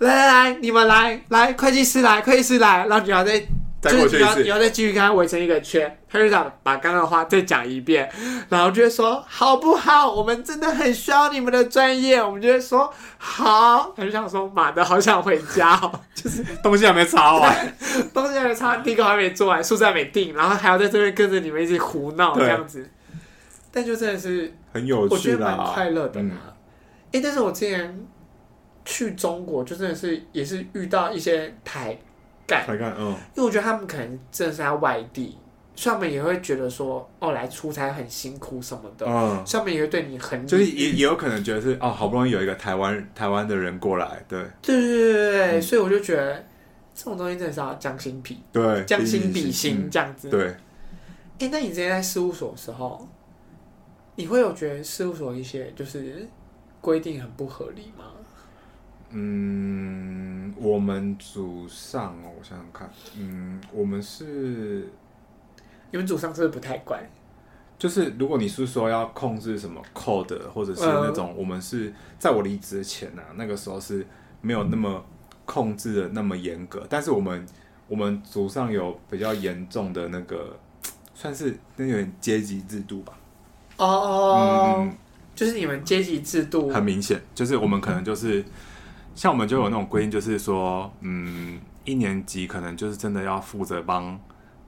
Speaker 1: 来来来，你们来来，会计师来，会计师来。”然后你要再
Speaker 2: 再
Speaker 1: 就
Speaker 2: 过
Speaker 1: 是你
Speaker 2: 去一
Speaker 1: 要你
Speaker 2: 次，
Speaker 1: 要再继续跟他围成一个圈，他就想把刚刚的话再讲一遍，然后就会说好不好？我们真的很需要你们的专业，我们就会说好。他就想说妈的，好想回家、哦，
Speaker 2: 东西还没擦完，
Speaker 1: 东西还没擦，地沟还没做完，宿舍还没定，然后还要在这边跟着你们一起胡闹这
Speaker 2: 对
Speaker 1: 样子。但就真的是
Speaker 2: 很有
Speaker 1: 我觉
Speaker 2: 趣
Speaker 1: 得蛮
Speaker 2: 啦。
Speaker 1: 快乐的啦。
Speaker 2: 嗯
Speaker 1: 哎、但是我之前去中国，就真的是也是遇到一些台干，
Speaker 2: 才看，嗯，
Speaker 1: 因为我觉得他们可能真的是在外地，所以他们也会觉得说，哦，来出差很辛苦什么的，
Speaker 2: 嗯，
Speaker 1: 所以他们也会对你很
Speaker 2: 就是
Speaker 1: 礼
Speaker 2: 也也有可能觉得是哦，好不容易有一个台湾台湾的人过来，对
Speaker 1: 对对对对对，
Speaker 2: 嗯
Speaker 1: 所以我就觉得这种东西真的是要将心比
Speaker 2: 对，
Speaker 1: 将心比心
Speaker 2: 嗯
Speaker 1: 这样子。哎、
Speaker 2: 对，
Speaker 1: 那你之前在事务所的时候，你会有觉得事务所一些就是规定很不合理吗？
Speaker 2: 嗯，我们组上哦，我想想看，嗯，我们是
Speaker 1: 你们组上是不是不太乖？
Speaker 2: 就是如果你是说要控制什么 code 或者是那种，我们是在我离职前啊，那个时候是没有那么控制的那么严格，但是我们我们组上有比较严重的那个，算是那有点阶级制度吧，
Speaker 1: 哦哦，
Speaker 2: 嗯，
Speaker 1: 就是你们阶级制度
Speaker 2: 嗯很明显，就是我们可能就是像我们就有那种规定，就是说，嗯，一年级可能就是真的要负责帮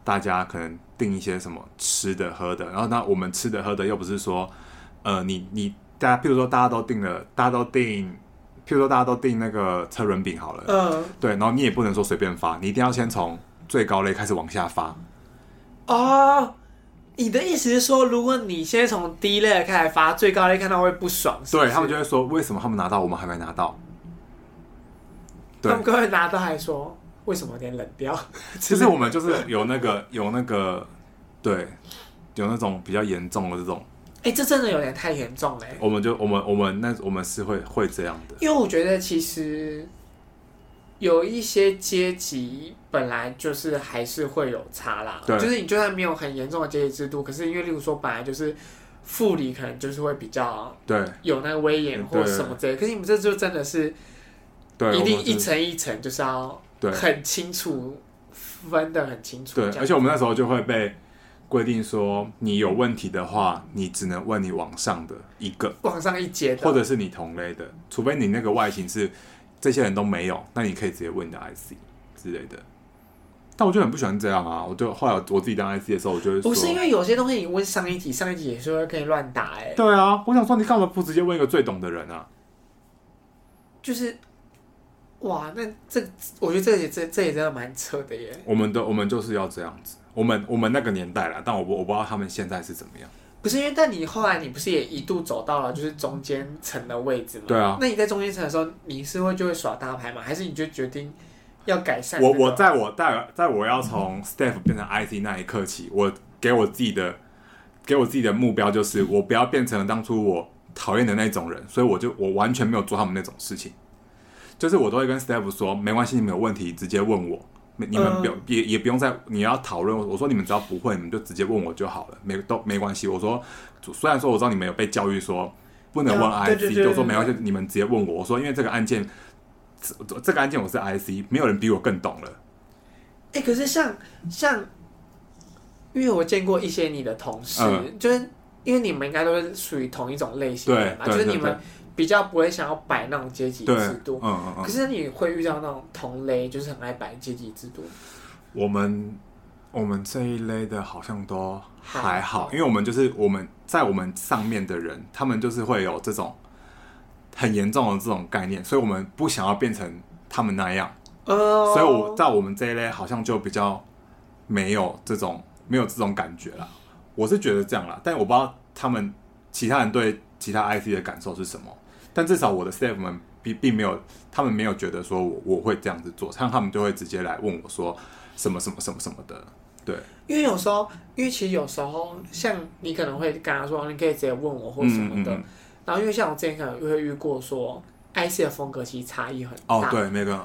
Speaker 2: 大家可能订一些什么吃的喝的，然后那我们吃的喝的又不是说，呃，你你大家，譬如说大家都订了，大家都订，譬如说大家都订那个车轮饼好了，
Speaker 1: 嗯，
Speaker 2: 对，然后你也不能说随便发，你一定要先从最高类开始往下发，
Speaker 1: 哦，你的意思是说，如果你先从低类开始发，最高类看到会不爽，是不
Speaker 2: 对
Speaker 1: 是
Speaker 2: 他们就会说，为什么他们拿到我们还没拿到？对
Speaker 1: 他们各位拿到还说，为什么有点冷掉？
Speaker 2: 其实我们就是有那个有那个，对，有那种比较严重的这种，
Speaker 1: 哎、这真的有点太严重嘞、
Speaker 2: 我们就我们我们那我们是会会这样的，
Speaker 1: 因为我觉得其实有一些阶级本来就是还是会有差啦，
Speaker 2: 对
Speaker 1: 就是你就算没有很严重的阶级制度，可是因为例如说本来就是副理可能就是会比较
Speaker 2: 对
Speaker 1: 有那个威严或
Speaker 2: 嗯对
Speaker 1: 什么之类的，可是你们这就真的是
Speaker 2: 对，
Speaker 1: 一
Speaker 2: 我
Speaker 1: 定
Speaker 2: 们是
Speaker 1: 一层一层就是要
Speaker 2: 对
Speaker 1: 很清楚分的很清楚，
Speaker 2: 对，
Speaker 1: 这样
Speaker 2: 而且我们那时候就会被规定说，你有问题的话，你只能问你往上的一个，
Speaker 1: 往上一阶的，
Speaker 2: 或者是你同类的，除非你那个外形是这些人都没有，那你可以直接问你的 IC 之类的。但我就很不喜欢这样啊！我就后来我自己当 IC 的时候，我就会说
Speaker 1: 不哦是因为有些东西你问上一题，上一题也是会跟你乱答哎、
Speaker 2: 对啊，我想说你干嘛不直接问一个最懂的人啊？
Speaker 1: 就是哇，那这我觉得这也这这也真的蛮扯的耶。
Speaker 2: 我们的我们就是要这样子，我们我们那个年代啦，但我不我不知道他们现在是怎么样。
Speaker 1: 不是因为，但你后来你不是也一度走到了就是中间层的位置吗？
Speaker 2: 对啊
Speaker 1: 那你在中间层的时候，你是会就会耍大牌吗？还是你就决定要改善、
Speaker 2: 我我在我在在我要从 staff 变成 IC 那一刻起，我给我自己的给我自己的目标就是，我不要变成当初我讨厌的那种人，所以我就我完全没有做他们那种事情，就是我都会跟 staff 说，没关系，你们有问题直接问我。没你们
Speaker 1: 嗯
Speaker 2: 不用也也不用再你要讨论，我说你们只要不会，你们就直接问我就好了，没都没关系。我说虽然说我知道你们有被教育说不能问
Speaker 1: 要对啊对
Speaker 2: IC，
Speaker 1: 对
Speaker 2: 就说没
Speaker 1: 对
Speaker 2: 关系，你们直接问我。我说因为这个案件，这这个案件我是 IC，没有人比我更懂了。
Speaker 1: 哎、可是像像，因为我见过一些你的同事，
Speaker 2: 嗯
Speaker 1: 就是因为你们应该都是属于同一种类型的人嘛，
Speaker 2: 对
Speaker 1: 就
Speaker 2: 对
Speaker 1: 是你们比较不会想要摆那种阶级
Speaker 2: 对，
Speaker 1: 制
Speaker 2: 嗯
Speaker 1: 度。
Speaker 2: 嗯
Speaker 1: 可
Speaker 2: 嗯，
Speaker 1: 是你会遇到那种同类，就是很爱摆阶级制度。
Speaker 2: 我们我们这一类的好像都还
Speaker 1: 还
Speaker 2: 好
Speaker 1: 好，
Speaker 2: 因为我们就是我们在我们上面的人，他们就是会有这种很严重的这种概念，所以我们不想要变成他们那样，
Speaker 1: 呃，
Speaker 2: 所以我在我们这一类好像就比较没有这种没有这种感觉啦。我是觉得这样啦，但我不知道他们其他人对其他 IC 的感受是什么，但至少我的 staff 们并并没有，他们没有觉得说我我会这样子做，像他们就会直接来问我说什么什么什么什么的，对，
Speaker 1: 因为有时候，因为其实有时候，像你可能会跟他说，哦你可以直接问我或什么的。
Speaker 2: 嗯嗯嗯
Speaker 1: 然后因为像我之前可能会遇过说，IC 的风格其实差异很大。
Speaker 2: 哦，对，每个人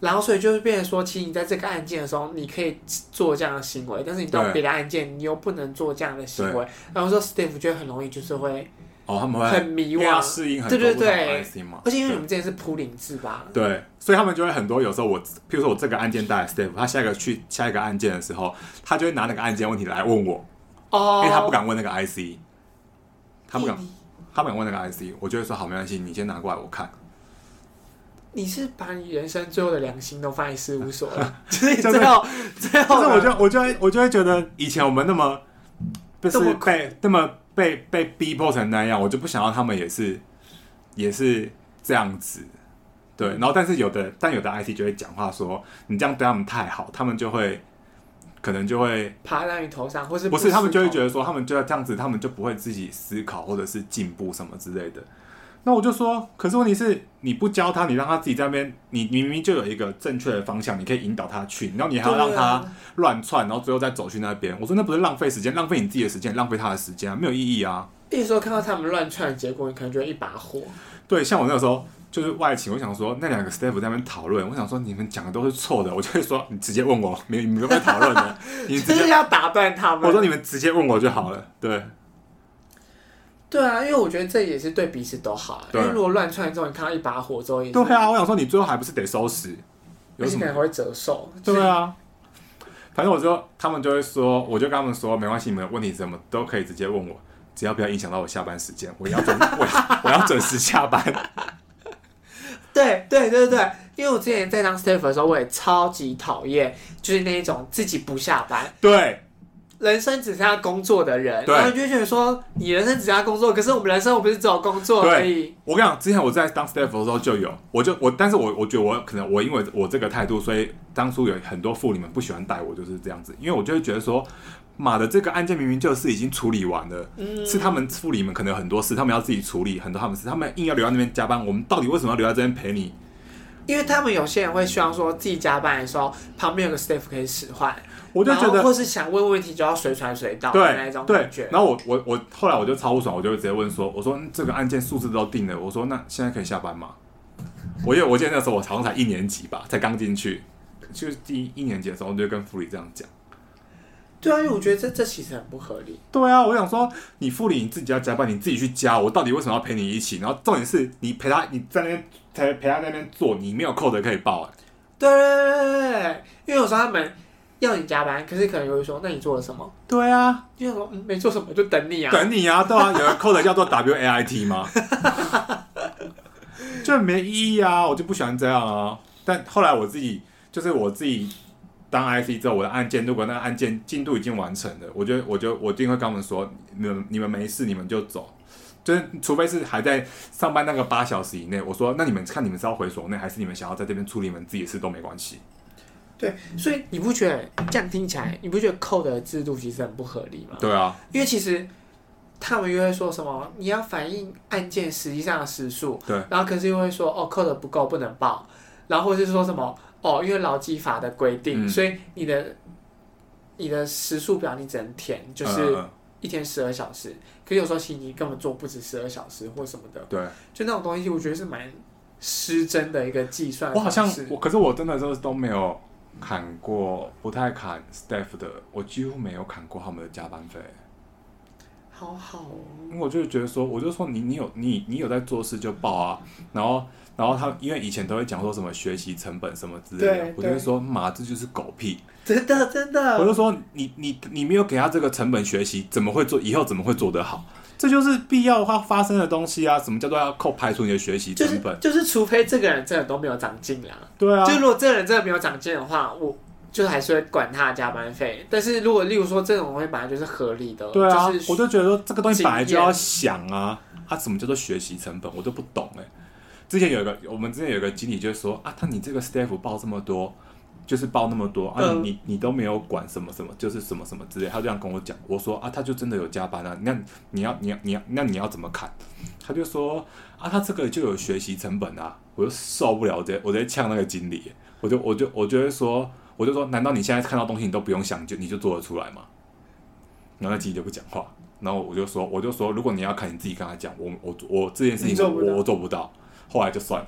Speaker 1: 然后所以就是变成说，其实你在这个案件的时候，你可以做这样的行为，但是你到
Speaker 2: 对
Speaker 1: 别的案件，你又不能做这样的行为。然后说 Steve 就很容易就是会
Speaker 2: 哦，他们会
Speaker 1: 很迷
Speaker 2: 因为要
Speaker 1: 惘。
Speaker 2: 适应很
Speaker 1: 对
Speaker 2: 多
Speaker 1: 对
Speaker 2: 不同的
Speaker 1: 对
Speaker 2: IC 嘛，
Speaker 1: 而且因为你们之前是铺林制吧？
Speaker 2: 对，所以他们就会很多。有时候我，譬如说我这个案件带来 Steve，他下一个去下一个案件的时候，他就会拿那个案件问题来问我，
Speaker 1: 哦，
Speaker 2: 因为他不，敢问那个 IC，他不敢，
Speaker 1: 你
Speaker 2: 他不敢问那个 IC，我就会说好，没关系，你先拿过来我看。
Speaker 1: 你是把你人生最后的良心都放在事务所 了，就是你最后最
Speaker 2: 但
Speaker 1: 后
Speaker 2: 是
Speaker 1: 呢，
Speaker 2: 我就我就会我就会觉得以前我们那么就是
Speaker 1: 这么苦
Speaker 2: 被那么被被逼迫成那样，我就不想要他们也是也是这样子。对，然后但是有的但有的 IC 就会讲话说你这样对他们太好，他们就会可能就会
Speaker 1: 爬到你头上，或是
Speaker 2: 不是，他们就会觉
Speaker 1: 得
Speaker 2: 得说，他们就要这样子，他们就不会自己思考或者是进步什么之类的。那我就说，可是问题是，你不教他，你让他自己在那边，你你明明就有一个正确的方向，你可以引导他去，然后你还要让他
Speaker 1: 啊
Speaker 2: 乱窜，然后最后再走去那边。我说那不是浪费时间，浪费你自己的时间，浪费他的时间啊，没有意义啊。
Speaker 1: 有时候看到他们乱窜的结果，你可能觉得一把 火。
Speaker 2: 对，像我那个时候就是外勤，我想说那两个 staff 在那边讨论，我想说你们讲的都是错的，我就会说你直接问我，没你们在讨论 的，你
Speaker 1: 就
Speaker 2: 直
Speaker 1: 是
Speaker 2: 接，
Speaker 1: 要打断他们。
Speaker 2: 我说你们直接问我就好了，对。
Speaker 1: 对啊，因为我觉得这也是对彼此都好啊。因
Speaker 2: 对
Speaker 1: 为如果乱窜之后，你看到一把火之后也是，
Speaker 2: 对啊，我想说你最后还不是得收拾？有
Speaker 1: 而且
Speaker 2: 什
Speaker 1: 可能
Speaker 2: 么？
Speaker 1: 还会折寿。
Speaker 2: 对啊，反正我就他们就会说，我就跟他们说没关系，你们有问题什么都可以直接问我，只要不要影响到我下班时间，我要准我要我要准时下班。
Speaker 1: 对对对对，因为我之前在当 staff 的时候，我也超级讨厌，就是那一种自己不下班，
Speaker 2: 对
Speaker 1: 人生只剩下工作的人，
Speaker 2: 对
Speaker 1: 然后就觉得说，你人生只剩下工作，可是我们人生我不是只有工作而已。
Speaker 2: 我跟你讲，之前我在当 staff 的时候就有，我就我，但是我我觉得我可能我因为我这个态度，所以当初有很多妇女们不喜欢带我就是这样子，因为我就会觉得说。妈的，这个案件明明就是已经处理完了，
Speaker 1: 嗯
Speaker 2: 是他们处理们可能有很多事，他们要自己处理很多他们事，他们硬要留在那边加班，我们到底为什么要留在这边陪你？
Speaker 1: 因为他们有些人会希望说自己加班的时候，旁边有个 staff 可以使唤，
Speaker 2: 我就
Speaker 1: 然
Speaker 2: 觉
Speaker 1: 后
Speaker 2: 得
Speaker 1: 或是想问问题就要随传随到的那一
Speaker 2: 对
Speaker 1: 种
Speaker 2: 对
Speaker 1: 感觉，。
Speaker 2: 然后我我我后来我就超不爽，我就直接问说，我说嗯这个案件数字都定了，我说那现在可以下班吗？我记得我记得那时候我好像才一年级吧，才刚进去，就是第一一年级的时候我就跟副理这样讲。
Speaker 1: 对啊，因为我觉得这这其实很不合理。
Speaker 2: 对啊，我想说你副理你自己要加班，你自己去加，我到底为什么要陪你一起？然后重点是你陪他，你在那边才陪他在那边做，你没有扣的可以报、欸
Speaker 1: 对对对对对，因为有时候他们要你加班，可是可能有人说，那你做了什么？
Speaker 2: 对啊，
Speaker 1: 因为说、嗯、没做什么，就等你啊。
Speaker 2: 等你啊，对啊，有人扣的叫做 WAIT 吗？就很没意义啊，我就不喜欢这样啊。但后来我自己就是我自己当 IC 之后，我的案件如果那个案件进度已经完成了，我就我就我一定会跟他们说，你们你们没事，你们就走。就是除非是还在上班那个八小时以内，我说那你们看你们是要回所内，还是你们想要在这边处理你们自己的事都没关系。
Speaker 1: 对，所以你不觉得这样听起来，你不觉得扣的制度其实很不合理吗？
Speaker 2: 对啊，
Speaker 1: 因为其实他们又会说什么，你要反映案件实际上的时数，
Speaker 2: 对，
Speaker 1: 然后可是又会说哦，扣的不够不能报，然后或是说什么哦，因为劳基法的规定，
Speaker 2: 嗯
Speaker 1: 所以你的你的时数表你只能填，就是
Speaker 2: 嗯嗯
Speaker 1: 一天十二小时，可是有时候其实你根本做不止十二小时或什么的
Speaker 2: 嗯，对。
Speaker 1: 就那种东西，我觉得是蛮失真的一个计算
Speaker 2: 我好
Speaker 1: 方式。
Speaker 2: 像我，可是我真的就是都没有砍过，不太砍 staff 的，我几乎没有砍过他们的加班费，
Speaker 1: 好好哦，
Speaker 2: 因为我就觉得说，我就说你你有你你有在做事就报啊，然后然后他因为以前都会讲说什么学习成本什么之类的
Speaker 1: 对，
Speaker 2: 我就
Speaker 1: 对
Speaker 2: 会
Speaker 1: 嗯
Speaker 2: 说妈这就是狗屁，
Speaker 1: 真的真的，
Speaker 2: 我就说你你你没有给他这个成本学习，怎么会做以后怎么会做得好？这就是必要的话发生的东西啊！什么叫做要扣排除你的学习
Speaker 1: 就
Speaker 2: 成
Speaker 1: 是
Speaker 2: 本？
Speaker 1: 就是，除非这个人真的都没有长进啦。
Speaker 2: 对啊，
Speaker 1: 就如果这个人真的没有长进的话，我就是还是会管他的加班费。但是如果例如说这种东西本来就是合理的，
Speaker 2: 对啊，
Speaker 1: 就是
Speaker 2: 我就觉得说这个东西本来就
Speaker 1: 经验
Speaker 2: 要想啊，啊，什么叫做学习成本，我都不懂哎、之前有一个，我们之前有一个经理就说啊，他你这个 staff 报这么多，就是报那么多啊，
Speaker 1: 嗯
Speaker 2: 你你都没有管什么什么，就是什么什么之类，他就这样跟我讲，我说啊，他就真的有加班啊，那你要你要你要那你要怎么砍？他就说啊，他这个就有学习成本啊，我就受不了，我直接我直接呛那个经理，我就我就我就会说，我就说，难道你现在看到东西你都不用想就你就做得出来吗？然后那经理就不讲话，然后我就说我就说，如果你要砍，你自己跟他讲，我我我这件事
Speaker 1: 你
Speaker 2: 情
Speaker 1: 做
Speaker 2: 我
Speaker 1: 不到
Speaker 2: 我做不到，后来就算了。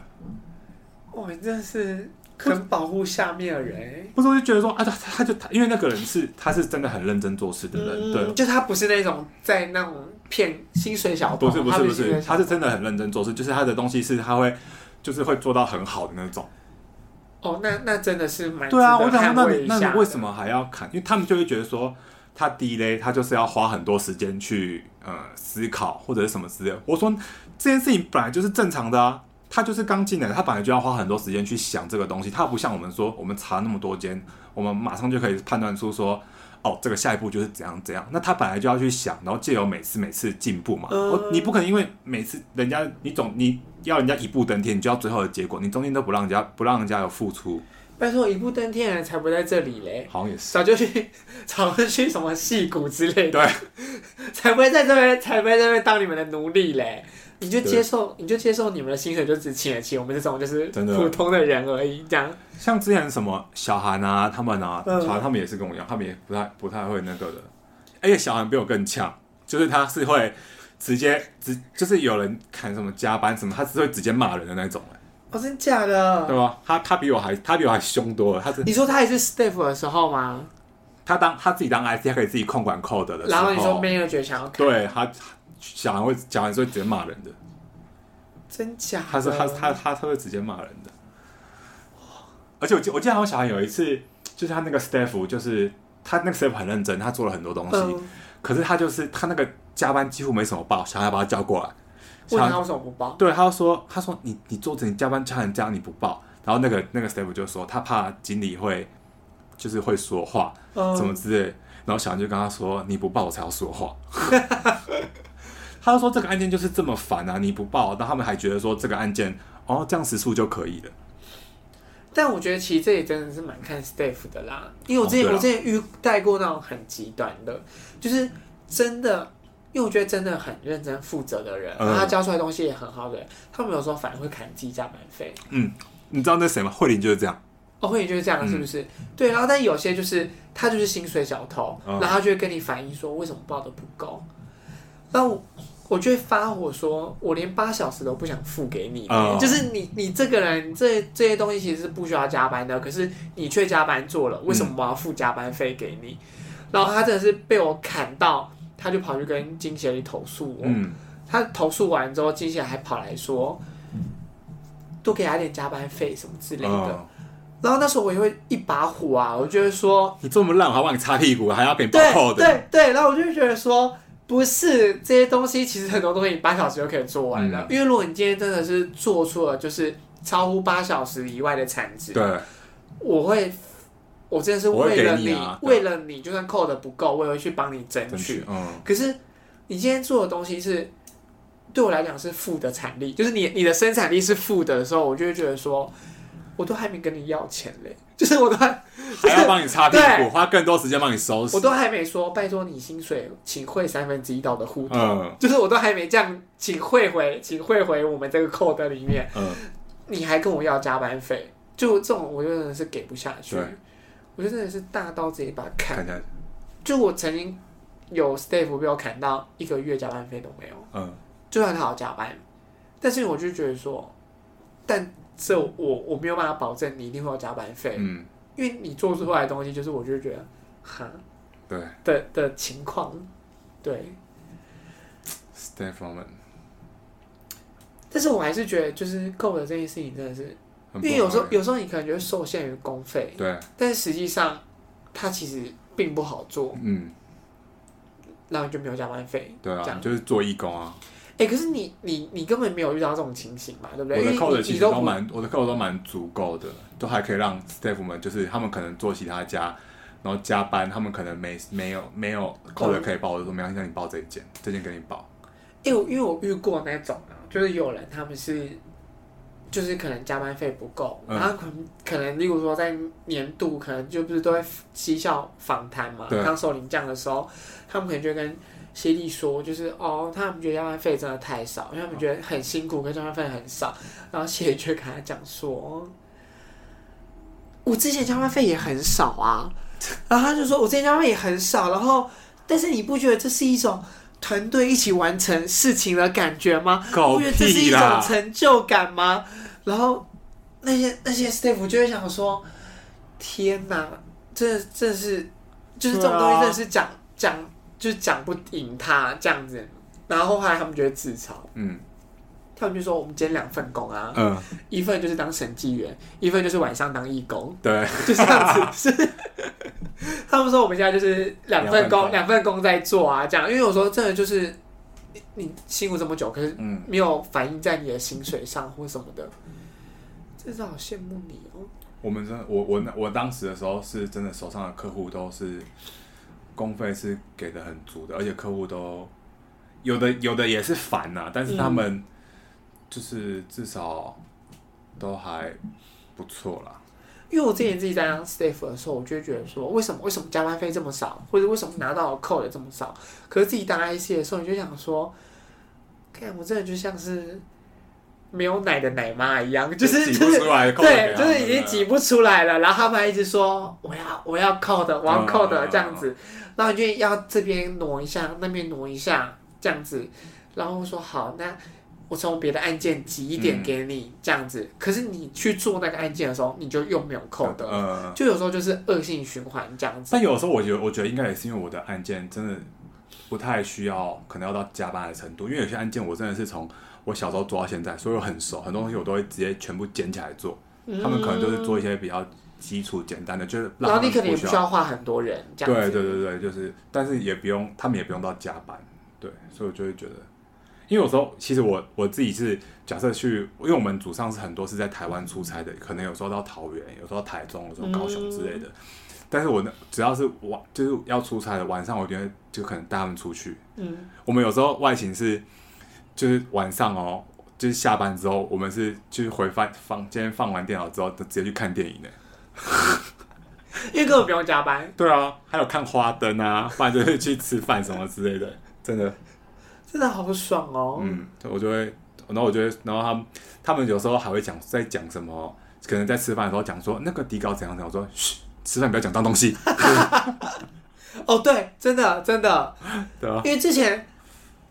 Speaker 1: 哇，你真的是很保护下面的人。欸
Speaker 2: 不是，我就觉得说啊，他他就他，因为那个人是他是真的很认真做事的
Speaker 1: 嗯
Speaker 2: 人，嗯对，
Speaker 1: 就他不是那种在那种骗薪水小偷，
Speaker 2: 不是不
Speaker 1: 他
Speaker 2: 是不
Speaker 1: 薪水
Speaker 2: 是，
Speaker 1: 小
Speaker 2: 他
Speaker 1: 偷
Speaker 2: 是真的很认真做事，就是他的东西是他会就是会做到很好的那种。
Speaker 1: 哦，那那真的是蛮
Speaker 2: 对啊，
Speaker 1: 值
Speaker 2: 我
Speaker 1: 得
Speaker 2: 想说
Speaker 1: 捍
Speaker 2: 那
Speaker 1: 卫
Speaker 2: 你
Speaker 1: 一
Speaker 2: 那
Speaker 1: 下
Speaker 2: 你
Speaker 1: 的
Speaker 2: 为什？么还要砍？因为他们就会觉得说他第一嘞，他就是要花很多时间去呃思考或者是什么之类的。我说这件事情本来就是正常的啊。他就是刚进来，他本来就要花很多时间去想这个东西。他不像我们说，我们查那么多间，我们马上就可以判断出说，哦，这个下一步就是怎样怎样。那他本来就要去想，然后借由每次每次进步嘛。哦
Speaker 1: 嗯
Speaker 2: 我你不可能因为每次人家你总你要人家一步登天，你就要最后的结果，你中间都不让人家不让人家有付出，
Speaker 1: 拜托，一步登天的人才不在这里嘞，
Speaker 2: 好像也是。
Speaker 1: 早就去 早就去什么戏骨之类的，
Speaker 2: 对，
Speaker 1: 才不会在这边才不会在这边当你们的奴隶嘞。你就接受，你就接受你们的薪水，就只请得起我们这种就是
Speaker 2: 真的
Speaker 1: 普通的人而已，这样。
Speaker 2: 像之前什么小韩啊，他们啊，
Speaker 1: 嗯
Speaker 2: 小韩他们也是跟我一样，他们也不太不太会那个的。而且小韩比我更呛，就是他是会直接直，就是有人砍什么加班什么，他是会直接骂人的那种、欸，
Speaker 1: 哦，真假的？
Speaker 2: 对吧？他他比我还他比我还凶多了，他是
Speaker 1: 你说他也是 staff 的时候吗？
Speaker 2: 他当他自己当 IT，他可以自己控管 code 的呃时
Speaker 1: 然
Speaker 2: 候，
Speaker 1: 后你说 manager 想要看，
Speaker 2: 对他小韩会小韩是会直接骂人的，
Speaker 1: 真假的？
Speaker 2: 他是他他他他会直接骂人的。而且我记我记得好像小韩有一次，就是他那个 staff 就是。他那个 staff 很认真，他做了很多东西，
Speaker 1: 嗯，
Speaker 2: 可是他就是他那个加班几乎没什么报，小孩把他叫过来，小
Speaker 1: 问他
Speaker 2: 孩
Speaker 1: 为什么不报？
Speaker 2: 对他就说他说你你做你加班叫人家你不报，然后那个那个 staff 就说他怕经理会就是会说话
Speaker 1: 嗯
Speaker 2: 什么之类，然后小孩就跟他说你不报我才要 说话。他就说这个案件就是这么烦啊！你不报，然后他们还觉得说这个案件哦这样时速就可以了。
Speaker 1: 但我觉得其实这也真的是蛮看 staff 的啦，因为我之前、
Speaker 2: 哦对啊
Speaker 1: 我之前遇带过那种很极端的，就是真的，因为我觉得真的很认真负责的人，
Speaker 2: 嗯
Speaker 1: 然后他教出来东西也很好的人，他们有时候反而会砍自己加班费。
Speaker 2: 你知道那谁吗？慧玲就是这样，
Speaker 1: 哦，会员就是这样，
Speaker 2: 嗯
Speaker 1: 是不是？对，然后但有些就是他就是薪水小偷，
Speaker 2: 嗯
Speaker 1: 然后他就会跟你反映说为什么报的不够，那我我就会发火说，我连八小时都不想付给你，
Speaker 2: 嗯
Speaker 1: 就是你你这个人这这些东西其实是不需要加班的，可是你却加班做了，
Speaker 2: 嗯
Speaker 1: 为什么我要付加班费给你？然后他真的是被我砍到，他就跑去跟金协理投诉我，
Speaker 2: 嗯，
Speaker 1: 他投诉完之后，金协理还跑来说，多给他点加班费什么之类的。
Speaker 2: 嗯
Speaker 1: 然后那时候我也会一把火啊，我就会说，
Speaker 2: 你这么烂，我还帮你擦屁股，还要给你报
Speaker 1: 对
Speaker 2: 扣的，
Speaker 1: 对对，然后我就会觉得说，不是这些东西，其实很多东西你八小时就可以做完
Speaker 2: 嗯
Speaker 1: 了，因为如果你今天真的是做出了就是超乎八小时以外的产值，
Speaker 2: 对，
Speaker 1: 我会，我真的是
Speaker 2: 我会
Speaker 1: 为了
Speaker 2: 给你啊对
Speaker 1: 为了你，就算扣的不够，我也会去帮你争
Speaker 2: 争
Speaker 1: 取
Speaker 2: 取，。 嗯，
Speaker 1: 可是你今天做的东西是对我来讲是负的产力，就是你你的生产力是负的的时候，我就会觉得说，我都还没跟你要钱嘞，就是我都还
Speaker 2: 还要帮你擦屁
Speaker 1: 对
Speaker 2: 股，花更多时间帮你收拾
Speaker 1: 我。都还没说，拜托你薪水请汇三分之一到我的户头，
Speaker 2: 嗯
Speaker 1: 就是我都还没这样，请汇回，请汇回我们这个扣的里面，
Speaker 2: 嗯，
Speaker 1: 你还跟我要加班费，就这种我就真的是给不下去
Speaker 2: 对。
Speaker 1: 我就真的是大刀直接把它砍
Speaker 2: 看，看，
Speaker 1: 就我曾经有 staff 被我砍到一个月加班费都没有。
Speaker 2: 嗯，
Speaker 1: 就算他好加班，但是我就觉得说，但这我我没有办法保证你一定会有加班费，
Speaker 2: 嗯，
Speaker 1: 因为你做出来的东西就是我就觉得哈
Speaker 2: 对
Speaker 1: 的的情况，对，
Speaker 2: ，Stay from it，
Speaker 1: 但是我还是觉得就是够了这件事情真的是，
Speaker 2: 很不
Speaker 1: 因为有时候
Speaker 2: 好欸
Speaker 1: 有时候你可能就会受限于公费，
Speaker 2: 对，
Speaker 1: 但是实际上它其实并不好做，
Speaker 2: 嗯，
Speaker 1: 然后你就没有加班费。
Speaker 2: 对
Speaker 1: 这
Speaker 2: 啊，
Speaker 1: 样
Speaker 2: 就是做义工啊，
Speaker 1: 哎、可是你你你根本没有遇到这种情形嘛，对不
Speaker 2: 我
Speaker 1: 对？因为
Speaker 2: 的扣的
Speaker 1: 你
Speaker 2: 其
Speaker 1: 你
Speaker 2: 实都
Speaker 1: 不
Speaker 2: 蛮，我的扣的都蛮足够的，都还可以让 staff 们，就是他们可能做其他家。然后加班，他们可能没没有没有
Speaker 1: 嗯
Speaker 2: 扣的可以报，我就说没关系，那你报这一件，这件给你报。
Speaker 1: 因为因为我遇过那种啊，就是有人他们是，就是可能加班费不够，
Speaker 2: 嗯
Speaker 1: 然后可能可能例如说在年度可能就不是都会绩效访谈嘛，
Speaker 2: 对
Speaker 1: 当首领奖的时候，他们可能就跟协理说，就是哦，他们觉得加班费真的太少，因为他们觉得很辛苦，跟加班费很少，然后协理就跟他讲说，我之前加班费也很少啊， 然后他就说我之前加班费也很少，然后但是你不觉得这是一种团队一起完成事情的感觉吗？
Speaker 2: 狗
Speaker 1: 不觉得这是一
Speaker 2: 屁
Speaker 1: 种
Speaker 2: 啦！
Speaker 1: 成就感吗？然后那些那些 staff 就会想说，天哪，这这是就是这种东
Speaker 2: 对
Speaker 1: 西
Speaker 2: 啊
Speaker 1: 真的是讲讲、就是讲不赢他这样子，然后后来他们就会自嘲，
Speaker 2: 嗯
Speaker 1: 他们就说我们兼两份工啊，
Speaker 2: 嗯，
Speaker 1: 一份就是当审计员，一份就是晚上当义工，
Speaker 2: 对，
Speaker 1: 就这样子是。他们说我们现在就是两份工，两
Speaker 2: 两
Speaker 1: 份工在做啊，这样。因为我说真的就是你你辛苦这么久，可是
Speaker 2: 嗯，
Speaker 1: 没有反映在你的薪水上或什么的，真的好羡慕你哦。
Speaker 2: 我们真的，我我那我当时的时候是真的手上的客户都是工费是给的很足的，而且客户都有的有的也是烦呐、但是他们就是至少都还不错啦。
Speaker 1: 因为我之前自己在当 staff 的时候，我就会觉得说，为什么为什么加班费这么少，或者为什么拿到扣的这么少？可是自己当 IC 的时候，你就想说，看我真的就像是没有奶的奶妈一样，就是
Speaker 2: 挤
Speaker 1: 就
Speaker 2: 不
Speaker 1: 是
Speaker 2: 出来的扣
Speaker 1: 对，
Speaker 2: 给他们
Speaker 1: 就是已经挤不出来了，然后他们还一直说我要我要扣的，我要扣的
Speaker 2: 嗯
Speaker 1: 这样子，然后你就要这边挪一下，那边挪一下这样子，然后说好，那我从别的案件挤一点
Speaker 2: 嗯
Speaker 1: 给你、这样子，可是你去做那个案件的时候，你就又没有扣的，
Speaker 2: 嗯，
Speaker 1: 就有时候就是恶性循环这样子。
Speaker 2: 但有时候我觉得，我觉得应该也是因为我的案件真的不太需要，可能要到加班的程度，因为有些案件我真的是从我小时候做到现在，所以我很熟，很多东西我都会直接全部捡起来做。他们可能就是做一些比较基础简单的，就是
Speaker 1: 然
Speaker 2: 让
Speaker 1: 后
Speaker 2: 他
Speaker 1: 你
Speaker 2: 们
Speaker 1: 可能也
Speaker 2: 不
Speaker 1: 不
Speaker 2: 需
Speaker 1: 需
Speaker 2: 要。
Speaker 1: 要画很多人这样
Speaker 2: 对
Speaker 1: 子。
Speaker 2: 对对对，就是，但是也不用，他们也不用到加班，对，所以我就会觉得，因为有时候其实我我自己是假设去，因为我们组上是很多是在台湾出差的，可能有时候到桃园，有时候到台中，有时候高雄之类
Speaker 1: 嗯
Speaker 2: 的。但是我呢，只要是晚就是要出差的晚上，我觉得就可能带他们出去。
Speaker 1: 嗯，
Speaker 2: 我们有时候外勤是就是晚上哦，就是下班之后，我们是就是回饭房间放完电脑之后，就直接去看电影的。
Speaker 1: 因为根本不用加班，
Speaker 2: 对啊，还有看花灯啊， 不然就是去吃饭什么之类的，真的，
Speaker 1: 真的好爽哦。
Speaker 2: 嗯，我就会，然后我就会，然后他们他们有时候还会讲在讲什么，可能在吃饭的时候讲说那个底稿怎样怎样，我说嘘，吃饭不要讲脏东西，
Speaker 1: 哦，对，真的真的，
Speaker 2: 对啊，
Speaker 1: 因为之前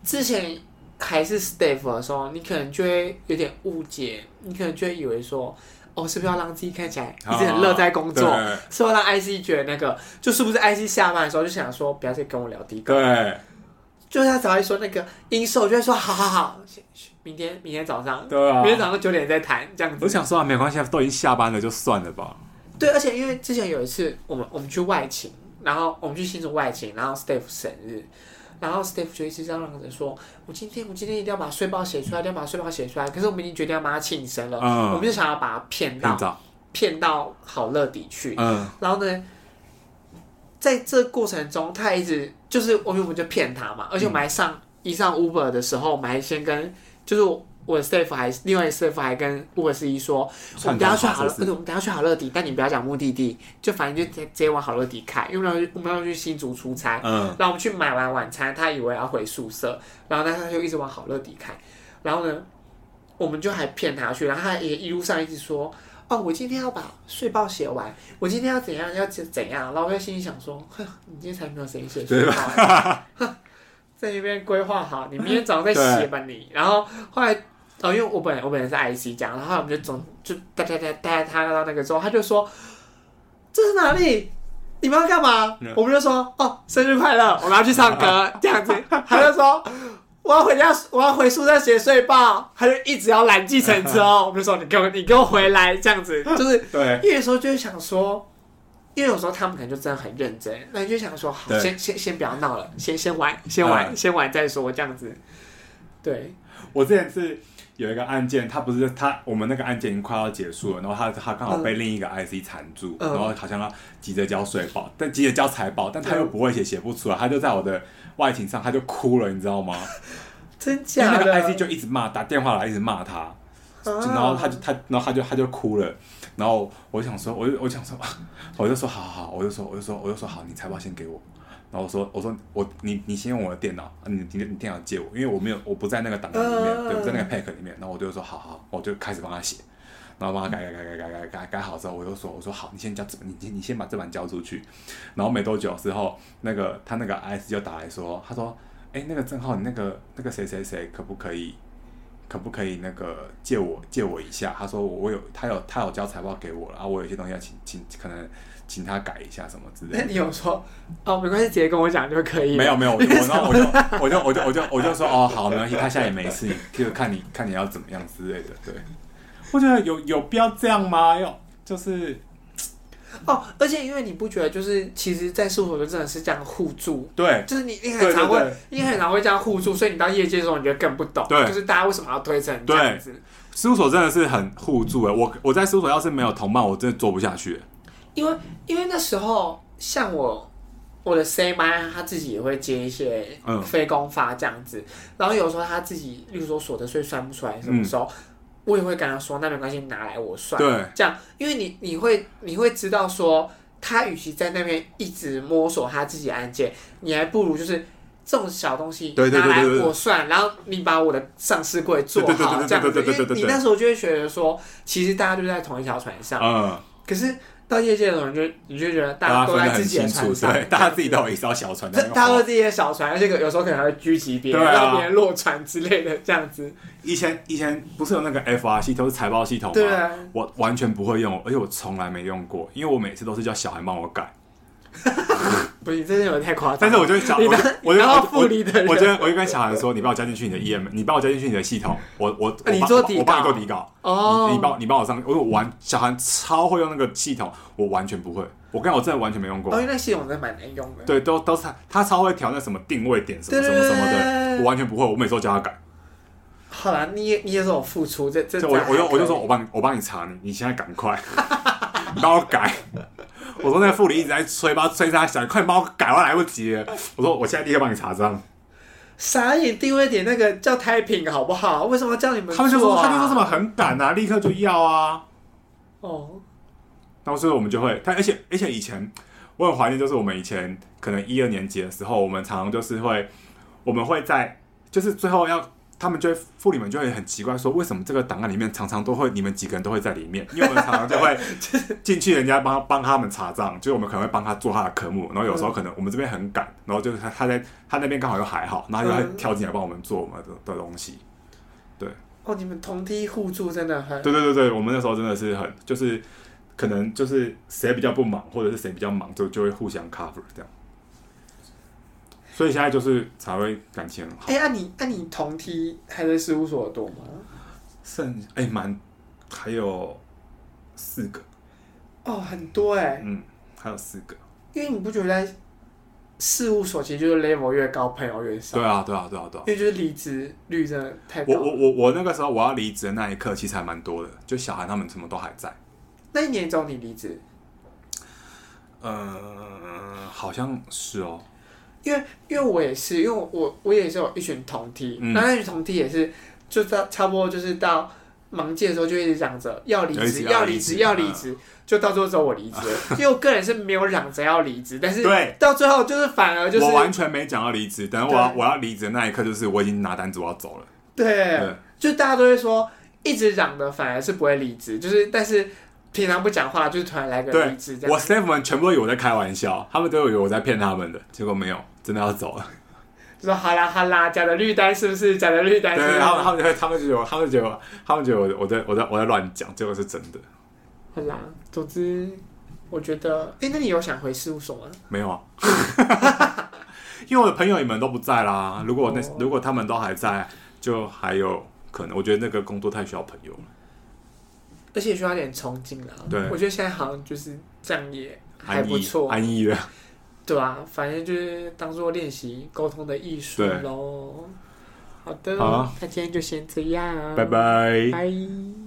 Speaker 1: 之前还是 staff 的时候，你可能就会有点误解，你可能就会以为说，哦，是不是要让自己看起来一直很乐在工作，
Speaker 2: 啊对
Speaker 1: 是不是要让 IC 觉得那个，就是不是 IC 下班的时候就想说，不要再跟我聊低，
Speaker 2: 对
Speaker 1: 就是他只要一说那个音瘦，我就会说，好好好，明天明天早上，
Speaker 2: 对啊
Speaker 1: 明，天早上九点再谈这样子
Speaker 2: 我。想说啊，没关系啊，都已经下班了，就算了吧，
Speaker 1: 对，而且因为之前有一次，我们我们去外勤，然后我们去新竹外勤，然后 Steph 生日，然后 Steph 就一直嚷嚷着说：“我今天我今天一定要把睡报写出来，一定要把睡报写出来。”可是我们已经决定要帮他庆生了，
Speaker 2: 嗯
Speaker 1: 我们就想要把他骗
Speaker 2: 很
Speaker 1: 到
Speaker 2: 早，
Speaker 1: 骗到好乐迪去。
Speaker 2: 嗯
Speaker 1: 然后呢，在这过程中，他一直就是我们我们就骗他嘛，而且我们还上、一上 Uber 的时候，我们还先跟就是我我的 staff 还另外的 staff 还跟 Uber 司机说，我们
Speaker 2: 串
Speaker 1: 等下
Speaker 2: 通
Speaker 1: 去
Speaker 2: 好
Speaker 1: 好
Speaker 2: 是
Speaker 1: 乐，不
Speaker 2: 不是
Speaker 1: 是我们等下去好乐迪，但你不要讲目的地，就反正就直接直接往好乐迪开，因为我们要去我们要去新竹出差，
Speaker 2: 嗯，
Speaker 1: 然后我们去买完晚餐，他以为要回宿舍，然后但他就一直往好乐迪开，然后呢，我们就还骗他去，然后他也一路上一直说，哦，我今天要把睡报写完，我今天要怎样要怎怎样，然后我就心里想说，哼，你今天才没有谁写睡报、欸，哼 在那边规划好，你明天早上再写吧你，然后后来。哦，因为我本来我本来是 IC 讲，然后后来我们就总就带带带带他到那个之后，他就说这是哪里？你们要干嘛？
Speaker 2: 嗯
Speaker 1: 我们就说哦，生日快乐，我们要去唱 歌这样子。他就说我要回家，我要回宿舍写睡报。他就一直要拦计程车 哦，我们就说你给我你给我回来这样子，就是
Speaker 2: 对，
Speaker 1: 因为有时候就会想说，因为有时候他们可能就真的很认真，那你就想说好，
Speaker 2: 对
Speaker 1: 先先先不要闹了，先先玩，先玩，
Speaker 2: 嗯
Speaker 1: 先玩再说这样子。对，
Speaker 2: 我之前是有一个案件，他不是他我们那个案件已经快要结束了，然后他他刚好被另一个 IC 缠住，
Speaker 1: 嗯
Speaker 2: 然后好像要急着交税报，但急着交财报，但他又不会写，写不出来，他就在我的外勤上他就哭了，你知道吗？
Speaker 1: 真
Speaker 2: 因为
Speaker 1: 假
Speaker 2: 那
Speaker 1: 的？
Speaker 2: 个 IC 就一直骂，打电话来一直骂他，
Speaker 1: 啊
Speaker 2: 就然后他就他然后他就他就哭了，然后我就想说，我就我就想说，我就说好好好，我就说我就说我就说好，你财报先给我。然后我说，我说我你你先用我的电脑，啊你你你电脑借我，因为我没有我不在那个档案里面，
Speaker 1: 嗯
Speaker 2: 对，我在那个 pack 里面。然后我就说好好，我就开始帮他写，然后帮他改改改改改改改改好之后，我就说我说好，你先交这本，你先你先把这版交出去。然后没多久之后，那个他那个 IC 就打来说，他说，哎，那个郑浩，你那个那个谁谁谁可不可以？可不可以那个借我借我一下？他说我我有他有他有交财报给我了，然后啊我有一些东西要请请可能请他改一下什么之类
Speaker 1: 那
Speaker 2: 的。
Speaker 1: 你有说哦，没关系，直接跟我讲就可以了。
Speaker 2: 没有没有，我我然后我就我就我就我就我就说哦好，没关系，他现在也没事，你就看你看你要怎么样之类的。对，我觉得有有必要这样吗？要就是
Speaker 1: 哦，而且因为你不觉得就是，其实，在事务所就真的是这样互助，
Speaker 2: 对
Speaker 1: 就是你你
Speaker 2: 对
Speaker 1: 很
Speaker 2: 对
Speaker 1: 常会，
Speaker 2: 对
Speaker 1: 你很常会这样互助，所以你到业界的时候，你就更不懂，
Speaker 2: 对
Speaker 1: 就是大家为什么要推成这样子？
Speaker 2: 事务所真的是很互助诶。我我在事务所要是没有同伴，我真的做不下去。
Speaker 1: 因为因为那时候像我。我的 C 妈她自己也会接一些
Speaker 2: 嗯
Speaker 1: 非公发这样子，然后有时候她自己，例如说所得税算不出来什么时候，我也会跟她说，那没关系，你拿来我算。
Speaker 2: 嗯对
Speaker 1: 这样，因为你你会你会知道说，他与其在那边一直摸索他自己的案件，你还不如就是这种小东西
Speaker 2: 对对对
Speaker 1: 拿来
Speaker 2: 对对对
Speaker 1: 我算，然后你把我的上市柜做
Speaker 2: 对对对
Speaker 1: 好
Speaker 2: 对对
Speaker 1: 这样子，
Speaker 2: 对对对
Speaker 1: 因为
Speaker 2: 对对
Speaker 1: 你那时候就会觉得说，其实大家就在同一条船上，
Speaker 2: 嗯，
Speaker 1: 可是到业界的时候，你就你就觉得大
Speaker 2: 大家
Speaker 1: 家都
Speaker 2: 分得
Speaker 1: 在
Speaker 2: 很
Speaker 1: 自己的
Speaker 2: 清
Speaker 1: 船
Speaker 2: 楚，
Speaker 1: 上，
Speaker 2: 对，大家自己都有一艘小船
Speaker 1: 这
Speaker 2: 在那边
Speaker 1: 大家
Speaker 2: 划
Speaker 1: 都是自己的小船，而且有时候可能还会狙击别人，
Speaker 2: 对啊
Speaker 1: 让别人落船之类的，这样子，
Speaker 2: 以前以前不是有那个 FR 系统是财报系统吗？
Speaker 1: 对啊
Speaker 2: 我完全不会用，而且我从来没用过，因为我每次都是叫小孩帮我改。
Speaker 1: 哦不是，你真的有点太夸张。
Speaker 2: 但是我就会想，
Speaker 1: 你
Speaker 2: 我就
Speaker 1: 当
Speaker 2: 我就
Speaker 1: 你当
Speaker 2: 我
Speaker 1: 到副理的人
Speaker 2: 我就我就跟小孩说，你帮我加进去你的 EM，你帮我加进去你的系统，我我我
Speaker 1: 啊你
Speaker 2: 帮
Speaker 1: 做
Speaker 2: 我帮
Speaker 1: 底
Speaker 2: 我帮你
Speaker 1: 稿
Speaker 2: 做底稿，
Speaker 1: 哦
Speaker 2: 你你帮你帮我上，我完小孩超会用那个系统，我完全不会，我跟你讲我真的完全没用过
Speaker 1: 哦，因。为那系统真的蛮难用的。
Speaker 2: 对，都都是他，他超会调那什么定位点什么什么什么
Speaker 1: 对对对
Speaker 2: 的，
Speaker 1: 对
Speaker 2: 我完全不会，我每次都叫他改。
Speaker 1: 好啦，你也你也是有付出，这这
Speaker 2: 就我
Speaker 1: 这还
Speaker 2: 我就
Speaker 1: 可以
Speaker 2: 我就说我帮你我帮你查你，你现在赶快 帮我改。我说那个副理一直在催，帮催他想快帮我改，我来不及了。我说我现在立刻帮你查账。
Speaker 1: 傻眼定位点那个叫胎品好不好？为什么叫你们、啊
Speaker 2: 他们就说他就说什么？很赶啊，立刻就要啊。
Speaker 1: 哦，
Speaker 2: 然后所以我们就会，他而且而且以前我很怀念，就是我们以前可能一二年级的时候，我们常常就是会，我们会在就是最后要。他们就会副理们就会很奇怪，说为什么这个档案里面常常都会你们几个人都会在里面？因为我们常常就会进去人家帮帮他们查账，就是我们可能会帮他做他的科目，然后有时候可能我们这边很赶，然后就是他他在他那边刚好又还好，然后他就会
Speaker 1: 嗯
Speaker 2: 跳进来帮我们做我们的的东西。
Speaker 1: 哦，你们同梯互助真的很。
Speaker 2: 对对对对，我们那时候真的是很就是，可能就是谁比较不忙，或者是谁比较忙，就就会互相 cover 这样。所以现在就是才会感情很好，
Speaker 1: 哎、那、你那、你同梯还在事务所多吗？
Speaker 2: 剩哎蛮、还有四个，
Speaker 1: 哦，很多哎、
Speaker 2: 嗯，还有四个。
Speaker 1: 因为你不觉得在事务所其实就是 level 越高，朋友越少，
Speaker 2: 对啊对啊对啊对啊
Speaker 1: 因。为就是离职率真的太高
Speaker 2: 我。我我我那个时候我要离职的那一刻，其实还蛮多的，就小韩他们什么都还在。
Speaker 1: 那一年之后你离职，
Speaker 2: 呃，好像是哦，
Speaker 1: 因为因为我也是，因为我我我也是有一群同梯，
Speaker 2: 嗯
Speaker 1: 那、那群同梯也是，就到差不多就是到忙季的时候就一直讲着要离
Speaker 2: 要离
Speaker 1: 职，
Speaker 2: 职
Speaker 1: 要离职，要
Speaker 2: 要
Speaker 1: 离
Speaker 2: 离职嗯
Speaker 1: 职，就到最后只有我离职 了，因为我个人是没有嚷着要离职，但是
Speaker 2: 对
Speaker 1: 到最后就是反而就是
Speaker 2: 我完全没讲要离职，等我要
Speaker 1: 对
Speaker 2: 我要离职的那一刻，就是我已经拿单子我要走了。
Speaker 1: 对
Speaker 2: 对，
Speaker 1: 就大家都会说一直嚷的反而是不会离职，就是但是平常不讲话，就是突然来个
Speaker 2: 对
Speaker 1: 离职这
Speaker 2: 我
Speaker 1: 样。
Speaker 2: staff 们全部都以为我在开玩笑，他们都以为我在骗他们的，结果没有，真的要走了。
Speaker 1: 就说好啦好啦，假的绿单是不是？假哎的绿单
Speaker 2: 对，
Speaker 1: 是不是？
Speaker 2: 然后他们就会，他们就有，他们就有，他们就有，我在我在我在乱讲，结果是真的，
Speaker 1: 好啦，总之我觉得，哎、那你有想回事务所吗？
Speaker 2: 没有啊。 因为我的朋友你们都不在啦，如果那、
Speaker 1: 哦
Speaker 2: 如果他们都还在，就还有可能。我觉得那个工作太需要朋友了，
Speaker 1: 而且需要点冲劲啦。
Speaker 2: 对
Speaker 1: 我觉得现在好像就是这样也还
Speaker 2: 安
Speaker 1: 不
Speaker 2: 逸
Speaker 1: 错，
Speaker 2: 安逸了。
Speaker 1: 对吧、反正就是当做练习沟通的艺术
Speaker 2: 对
Speaker 1: 喽。好的，
Speaker 2: 好啊
Speaker 1: 那今天就先这样，
Speaker 2: 拜拜。
Speaker 1: 拜。